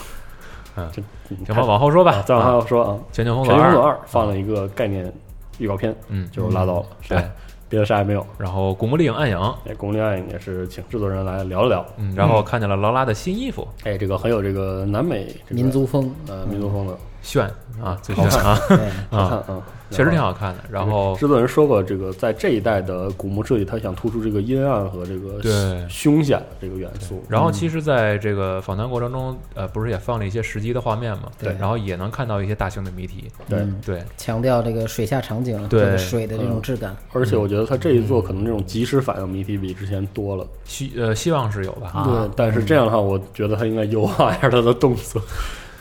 (laughs) 嗯这行吧，往后说吧，吧，再往啊后说啊，全球《封全锁军二工作二》放了一个概念预告片，嗯就拉倒了，对啥，别的啥也没有。然后《古墓丽影：暗影》，哎，宫恋也是请制作人来聊一聊，嗯，然后看见了劳拉的新衣服，哎，这个很有这个南美这个民族风，呃民族风的，炫啊，最炫啊对，好嗯看 (laughs) 啊，啊，确实挺好。好看的。然后制作人说过，这个在这一代的古墓设计，他想突出这个阴暗和这个对凶险的这个元素。然后其实在这个访谈过程中，呃，不是也放了一些实际的画面嘛？对然后也能看到一些大型的谜题。对，嗯对，强调这个水下场景，对这个水的这种质感，而且我觉得他这一做可能这种及时反应谜题比之前多了。希呃希望是有吧？对，但嗯是这样的话，我觉得他应该优化一下他的动作，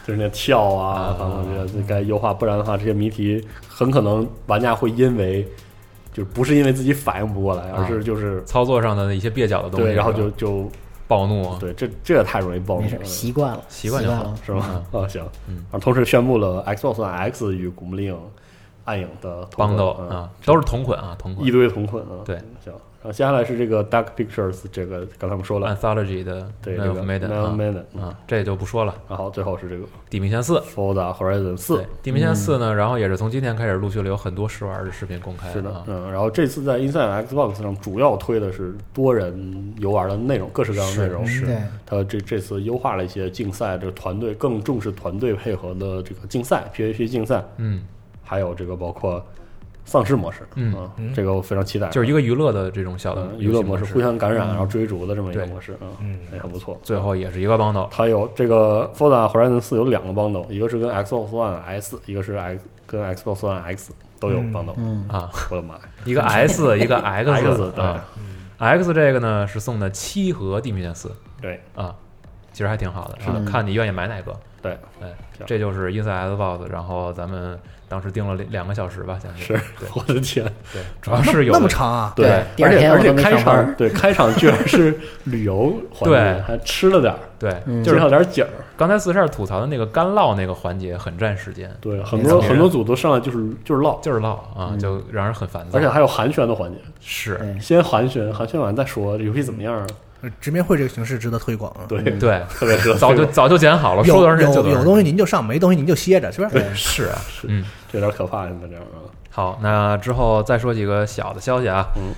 就是那跳啊，反正我觉得应该优化，不然的话，这些谜题很可能玩家会因为就是不是因为自己反应不过来，而啊是就是操作上的一些蹩脚的东西，对，然后是吧就就暴怒。啊对，这这也太容易暴没露事了，，习惯了，哦习习惯就好了。是吗？啊，行嗯，啊，同时宣布了 Xbox One X 与《古墓丽影：暗影》的同帮捆斗嗯啊，都是同捆啊，同捆。一堆同捆啊，对行。然后接下来是这个 Dark Pictures，这个刚才我们说嗯了， Anthology 的对 Man 这 of 个 Medan Neon 啊 Maiden，啊，这就不说了。然后最后是这个地平线四， Forza Horizon 四对，，地平线四呢，然后也是从今天开始陆续了有很多试玩的视频公开。是的啊，，嗯，然后这次在 Inside Xbox 上主要推的是多人游玩的内容，各式各样的内容。是对，它这这次优化了一些竞赛，这个团队更重视团队配合的这个竞赛 PVP 竞赛，嗯，还有这个包括丧尸模式，嗯啊这个我非常期待。就是一个娱乐的这种小的嗯游戏娱乐模式，式，互相感染，然后追逐的这么一个对模式，嗯嗯，也很不错。最后也是一个帮斗。它有这个 Forza Horizon 四有两个 bundle，一个是跟 Xbox One S，一个是 X 跟 Xbox One X 都有嗯 bundle。嗯，啊，我的妈呀！一 (laughs) 个 S，一个 X，, X，对啊，X 这个呢是送的七盒地平线四对，啊，其实还挺好的，是的啊看你愿意买哪个。对，哎，这样这就是 Inside Xbox。然后咱们当时盯了两个小时吧，将近是对，我的天，啊对，主要是有那么长啊？对第二而且天而我且都没开上班场对开场居然是旅游环对节，还吃了点儿，对，嗯就是介绍点儿景儿，刚才四十二吐槽的那个干唠那个环节很占时间，对，很没多错很多组都上来就是就是唠，就是唠啊，就让人很烦躁。而且还有寒暄的环节，是对先寒暄，寒暄完再说这游戏怎么样啊？呃直面会这个形式值得推广啊。对，对，特别合适早就早就剪好了，说有多长时间就有多长有时东间西您就上，没东西您就歇着，是不是？是啊，是嗯，这有点可怕，现在这样啊，好，那之后再说几个小的消息啊。嗯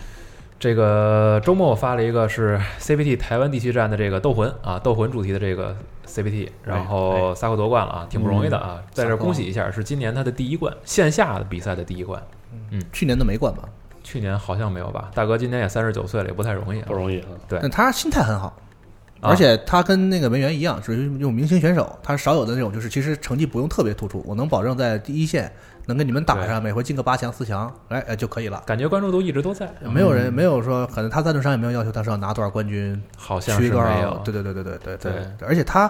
这个周末我发了一个是 CBT 台湾地区站的这个斗魂啊，斗魂主题的这个 CBT，然哎后萨克夺冠了啊，挺不容易的嗯啊，在这儿恭喜一下，是今年他的第一冠，线下的比赛的第一冠。去年都没冠吧？去年好像没有吧？大哥今年也三十九岁了，也不太容易啊不。容易啊。对但他心态很好，啊而且他跟那个文员一样，属于那种明星选手，他少有的那种，就是其实成绩不用特别突出，我能保证在第一线能跟你们打上，每回进个八强、四强，哎哎就可以了。感觉关注度一直都在，没有人，没有说，可能他赞助商也没有要求他是要拿多少冠军，好像取是多没少有，，对对对对对对对对，而且他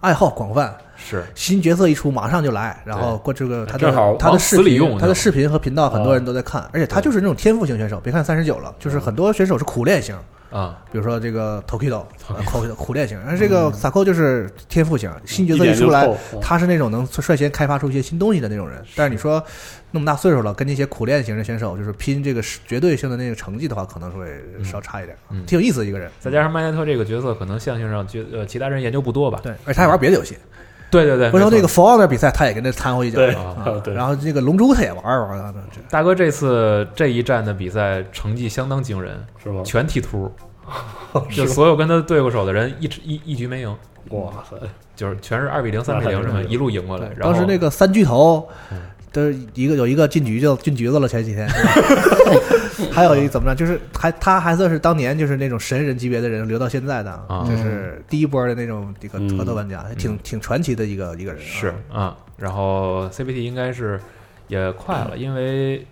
爱好广泛，是新角色一出马上就来，然后过这个他的正好他的往视死里频用他就哦的视频和频道很多啊人都在看，而且他就是那种天赋型选手，别看三十九了，嗯就是很多选手是苦练型，啊，比如说这个 Tokido 呃苦苦练型，而嗯这个 Sako 就是天赋型，新角色一出一来点就透，他是那种能率先开发出一些新东西的那种人。但是你说那么大岁数了，跟那些苦练型的选手就是拼这个是绝对性的那个成绩的话，可能会稍差一点嗯，挺有意思的一个人。再加上麦内特这个角色，可能象性上觉呃其他人研究不多吧。对，而且他还玩别的游戏，对对对，回头没那错个 f o r 的比赛他也跟着掺和一脚，对啊啊对然后这个龙珠他也玩一玩，啊这大哥这次这一站的比赛成绩相当惊人，是哦吗？全剃 (laughs) 秃，就所有跟他对过手的人一直一一局没赢，哇塞，就是全是二比零、三比那还零真什么是一路赢过来。然后嗯当时那个三巨头，都是一个有一个进局就进局子了，前几天， (laughs) 还有一怎么着，就是还他还算是当年就是那种神人级别的人留到现在的，啊就是第一波的那种这个嗯格斗玩家，挺挺传奇的一个一个人啊。是啊，然后 CBT 应该是也快了，因为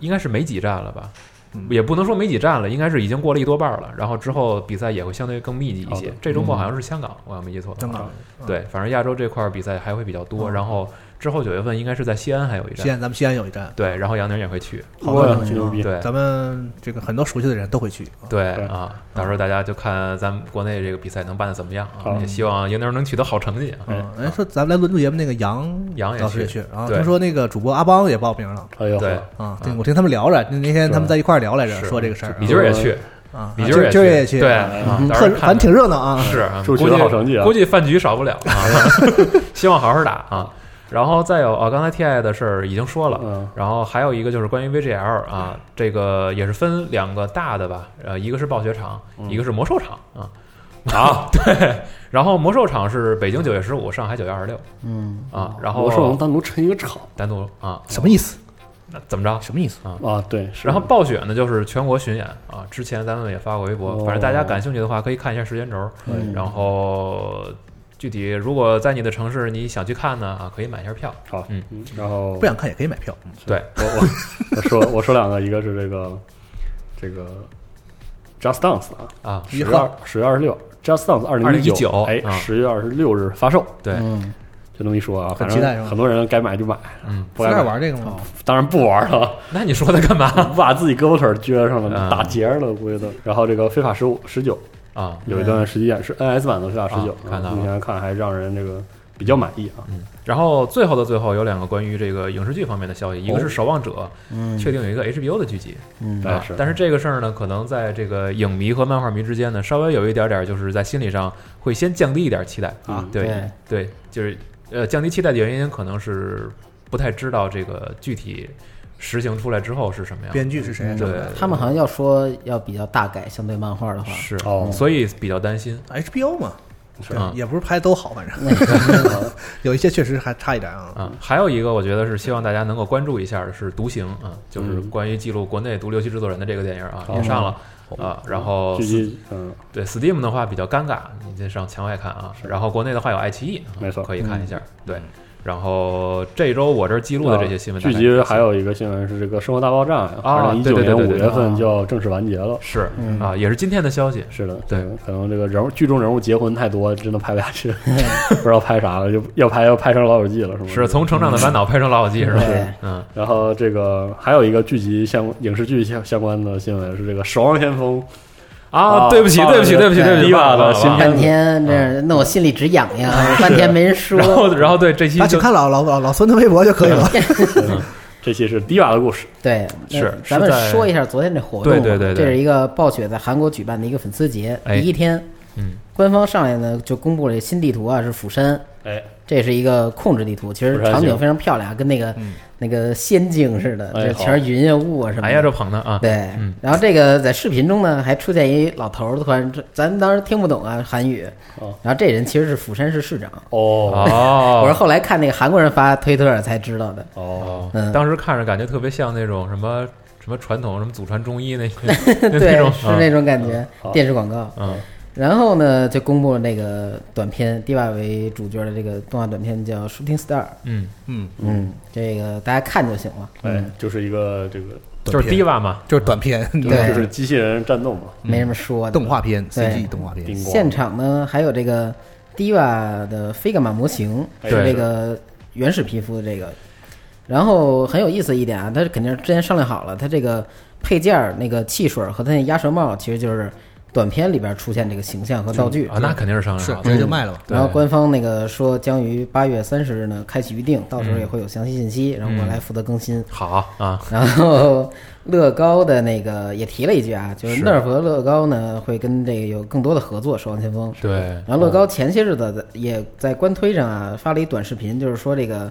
应该是没几站了吧嗯。也不能说没几站了，应该是已经过了一多半了。然后之后比赛也会相对更密集一好些的。这周末好像是香港，我要没记错的嗯香话。港，对，反正亚洲这块儿比赛还会比较多。嗯然后之后九月份应该是在西安还有一西站，安咱们西安有一站，对，然后杨宁也会去。好多人哇会去牛啊逼对咱们这个很多熟悉的人都会去啊。对对啊，到时候大家就看咱们国内这个比赛能办的怎么样啊，好也希望赢牛能取得好成绩啊。哎嗯，人说咱们来录录节目那个杨杨也老师也去去，然后对听说那个主播阿邦也报名了哎呦，对，啊啊。对，我听他们聊着，那那天他们在一块儿聊来着，是说这个事儿啊。李军儿也去，啊，李啊军儿今儿也去，对，啊嗯到时特候反看正挺热闹啊。是啊，祝估取得计好成绩啊估计饭局少不了 (laughs) 啊。 (laughs) 希望好好打啊。然后再有啊，刚才 T I 的事儿已经说了，嗯，然后还有一个就是关于 VGL 啊，这个也是分两个大的吧，呃，一个是暴雪场，一个是魔兽场啊。啊， (laughs) 对，然后魔兽场是北京九月十五，上海九月二十六嗯，啊，然后魔兽能单独撑一个场单独啊，什么意思？那怎么着？什么意思？啊，对，是然后暴雪呢，就是全国巡演啊。之前咱们也发过微博，哦反正大家感兴趣的话可以看一下时间轴。嗯然后具体如果在你的城市你想去看呢啊，可以买一下票。好，嗯，然后不想看也可以买票。对，我我我说我说两个，一个是这个这个 Just Dance 啊，啊，嗯十月二十月二十六，Just Dance 二零2019哎啊，十月二十六日发售，对，嗯，就那么一说啊，反期待是正吧很多人该买就买，嗯，不不该爱买玩这个吗？当然不 (laughs) 玩了，那你说他干嘛把自己胳膊腿儿撅上了，嗯打结儿了，估计都。然后这个非法十五十九啊？有一段实际演示，NS 版的非法十九啊，嗯看到了目前看还让人这个比较满意啊。然后最后的最后有两个关于这个影视剧方面的消息，一个是《守望者》，嗯确定有一个 HBO 的剧集，嗯啊哎是但是这个事儿呢，可能在这个影迷和漫画迷之间呢，稍微有一点点，就是在心理上会先降低一点期待嗯啊对对对，就是呃，降低期待的原因可能是不太知道这个具体实行出来之后是什哦么样。编剧是啊谁？对，他们好像要说要比较大改，相对漫画的话，啊是哦所以比较担心。 HBO 嘛，对啊也不是拍都好，反正 (laughs) 有一些确实还差一点啊。啊，还有一个我觉得是希望大家能够关注一下的是《独行》啊，就是嗯关于记录国内独立游戏制作人的这个电影啊，哦也上了啊。然后剧集嗯，对 Steam 的话比较尴尬，你得上墙外看啊。然后国内的话有爱奇艺，啊没错可以看一下。对，然后这周我这儿记录的这些新闻，剧啊集还有一个新闻是这个《生活大爆炸》呀，啊二零一九对对年对五对对月份就要正式完结了。是嗯啊，也是今天的消息。是的，对嗯，可能这个人物剧中人物结婚太多，真的拍不下去， (laughs) 不知道拍啥了，就要拍要拍成老友记了，是吗？是啊从《成长的烦恼》拍成《老友记》是吧？对嗯，然后这个还有一个剧集相影视剧相相关的新闻是这个《守望先锋》啊，对不起，放对不起，了对不起，对不起， Diva 忘了的忘了新片半天这样，那我心里直痒痒，半天没人说。啊然后，然后对这期啊，就请看老老老老孙的微博就可以了。嗯，这期是迪瓦的故事，对，那是是咱们在说一下昨天这活动对吧。对对对这是一个暴雪在韩国举办的一个粉丝节，哎第一天，嗯，官方上来呢就公布了新地图啊，是釜山，哎，这是一个控制地图，其实釜山场景行非常漂亮，跟那个那个仙境似的，哎这全是云啊雾啊什么嗯的。哎呀，这捧的啊，对嗯，然后这个在视频中呢，还出现一老头儿，突然这咱当时听不懂啊韩语哦，然后这人其实是釜山市市长，哦哦我是，后来看那个韩国人发推特才知道的。哦，哦嗯当时看着感觉特别像那种什么什么传统什么祖传中医那 (laughs) 那对种，是那种感觉好，电视广告。嗯然后呢，就公布了那个短片，迪瓦为主角的这个动画短片叫《Shooting Star》。嗯， (laughs) 嗯，嗯，这个大家看就行了。哎嗯，，就是一个这个就是 Diva 嘛，就是短片，对就是机器人战斗嘛，没什么说 (laughs) 的。动画片对，CG 动画片，叮咣，现场呢，还有这个迪瓦的菲格玛模型，哎是对这个原始皮肤的这个。然后很有意思一点啊，它肯定是之前商量好了，它这个配件儿、那个汽水儿和它那鸭舌帽，其实就是短片里边出现这个形象和道具啊，那肯定是商是量好直的接就卖了吧？对然后官方那个说将于八月三十日呢开启预定，到时候也会有详细信息，然后嗯我来负责更新。好啊，然后 (laughs) 乐高的那个也提了一句啊，就是是 Nerf 和乐高呢会跟这个有更多的合作，守望先锋。对，然后乐高前些日子也在官推上啊发了一短视频，就是说这个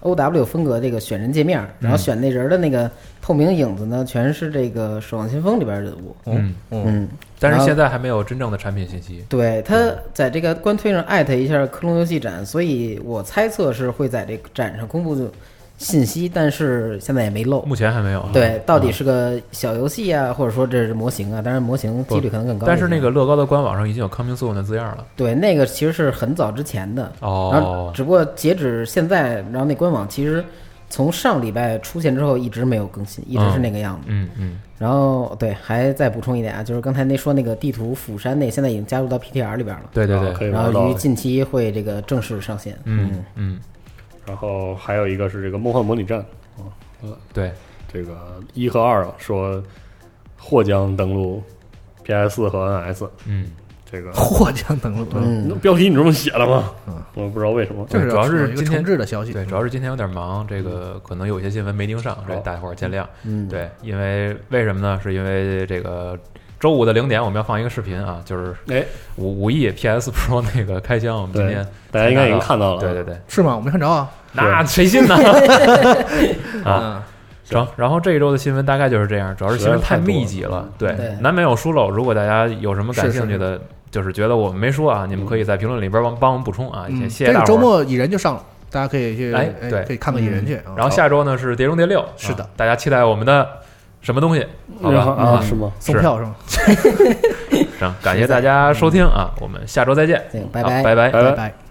O W 风格这个选人界面，然嗯后选那人的那个透明影子呢，全是这个《守望先锋》里边人物。嗯， (laughs) 嗯，嗯，但是然后现在还没有真正的产品信息，对他在这个官推上艾特一下科隆游戏展，所以我猜测是会在这个展上公布信息，但是现在也没漏。目前还没有啊。对，到底嗯是个小游戏啊，或者说这是模型啊？当然模型几率可能更高一些。但是那个乐高的官网上已经有 coming soon 的字样了。对那个其实是很早之前的，然后哦，只不过截止现在，然后那官网其实从上礼拜出现之后一直没有更新，一直是那个样子。嗯嗯，然后对，还再补充一点啊，就是刚才那说那个地图釜山那现在已经加入到 PTR 里边了，对对啊对，可以然后玩到于。近期会这个正式上线。嗯嗯，然后还有一个是这个梦幻模拟战，哦对，这个一和二啊说或将登陆 PS 和 NS，嗯，这个获奖等了，嗯那标题你这么写了吗？嗯我不知道为什么。这对主要是有一个今天重置的消息，嗯对，主要是今天有点忙，这个可能有一些新闻没盯上，这好大家伙儿见谅。嗯，对，因为为什么呢？是因为这个周五的零点我们要放一个视频啊，就是哎，五五亿 PS Pro (laughs) 那个开箱，我们今对天大家应该已经才拿看到了。对对对，是吗？我没看着啊。那谁信呢？ (laughs) 啊，嗯，成。然后这一周的新闻大概就是这样，主要是新闻太密集了，实对在太多了嗯，对难免有疏漏。如果大家有什么感是是兴趣的，就是觉得我们没说啊，你们可以在评论里边帮帮我们补充啊，也嗯谢谢这大个伙。周，末蚁人就上了，大家可以去哎对可以看看蚁人去。啊然后下周呢是《碟中谍六》，是的啊大家期待我们的什么东西？好然后吧，嗯啊，是吗？送票是吗？行，感谢大家收听啊，我们下周再见，对，好拜拜。拜拜。哎拜拜。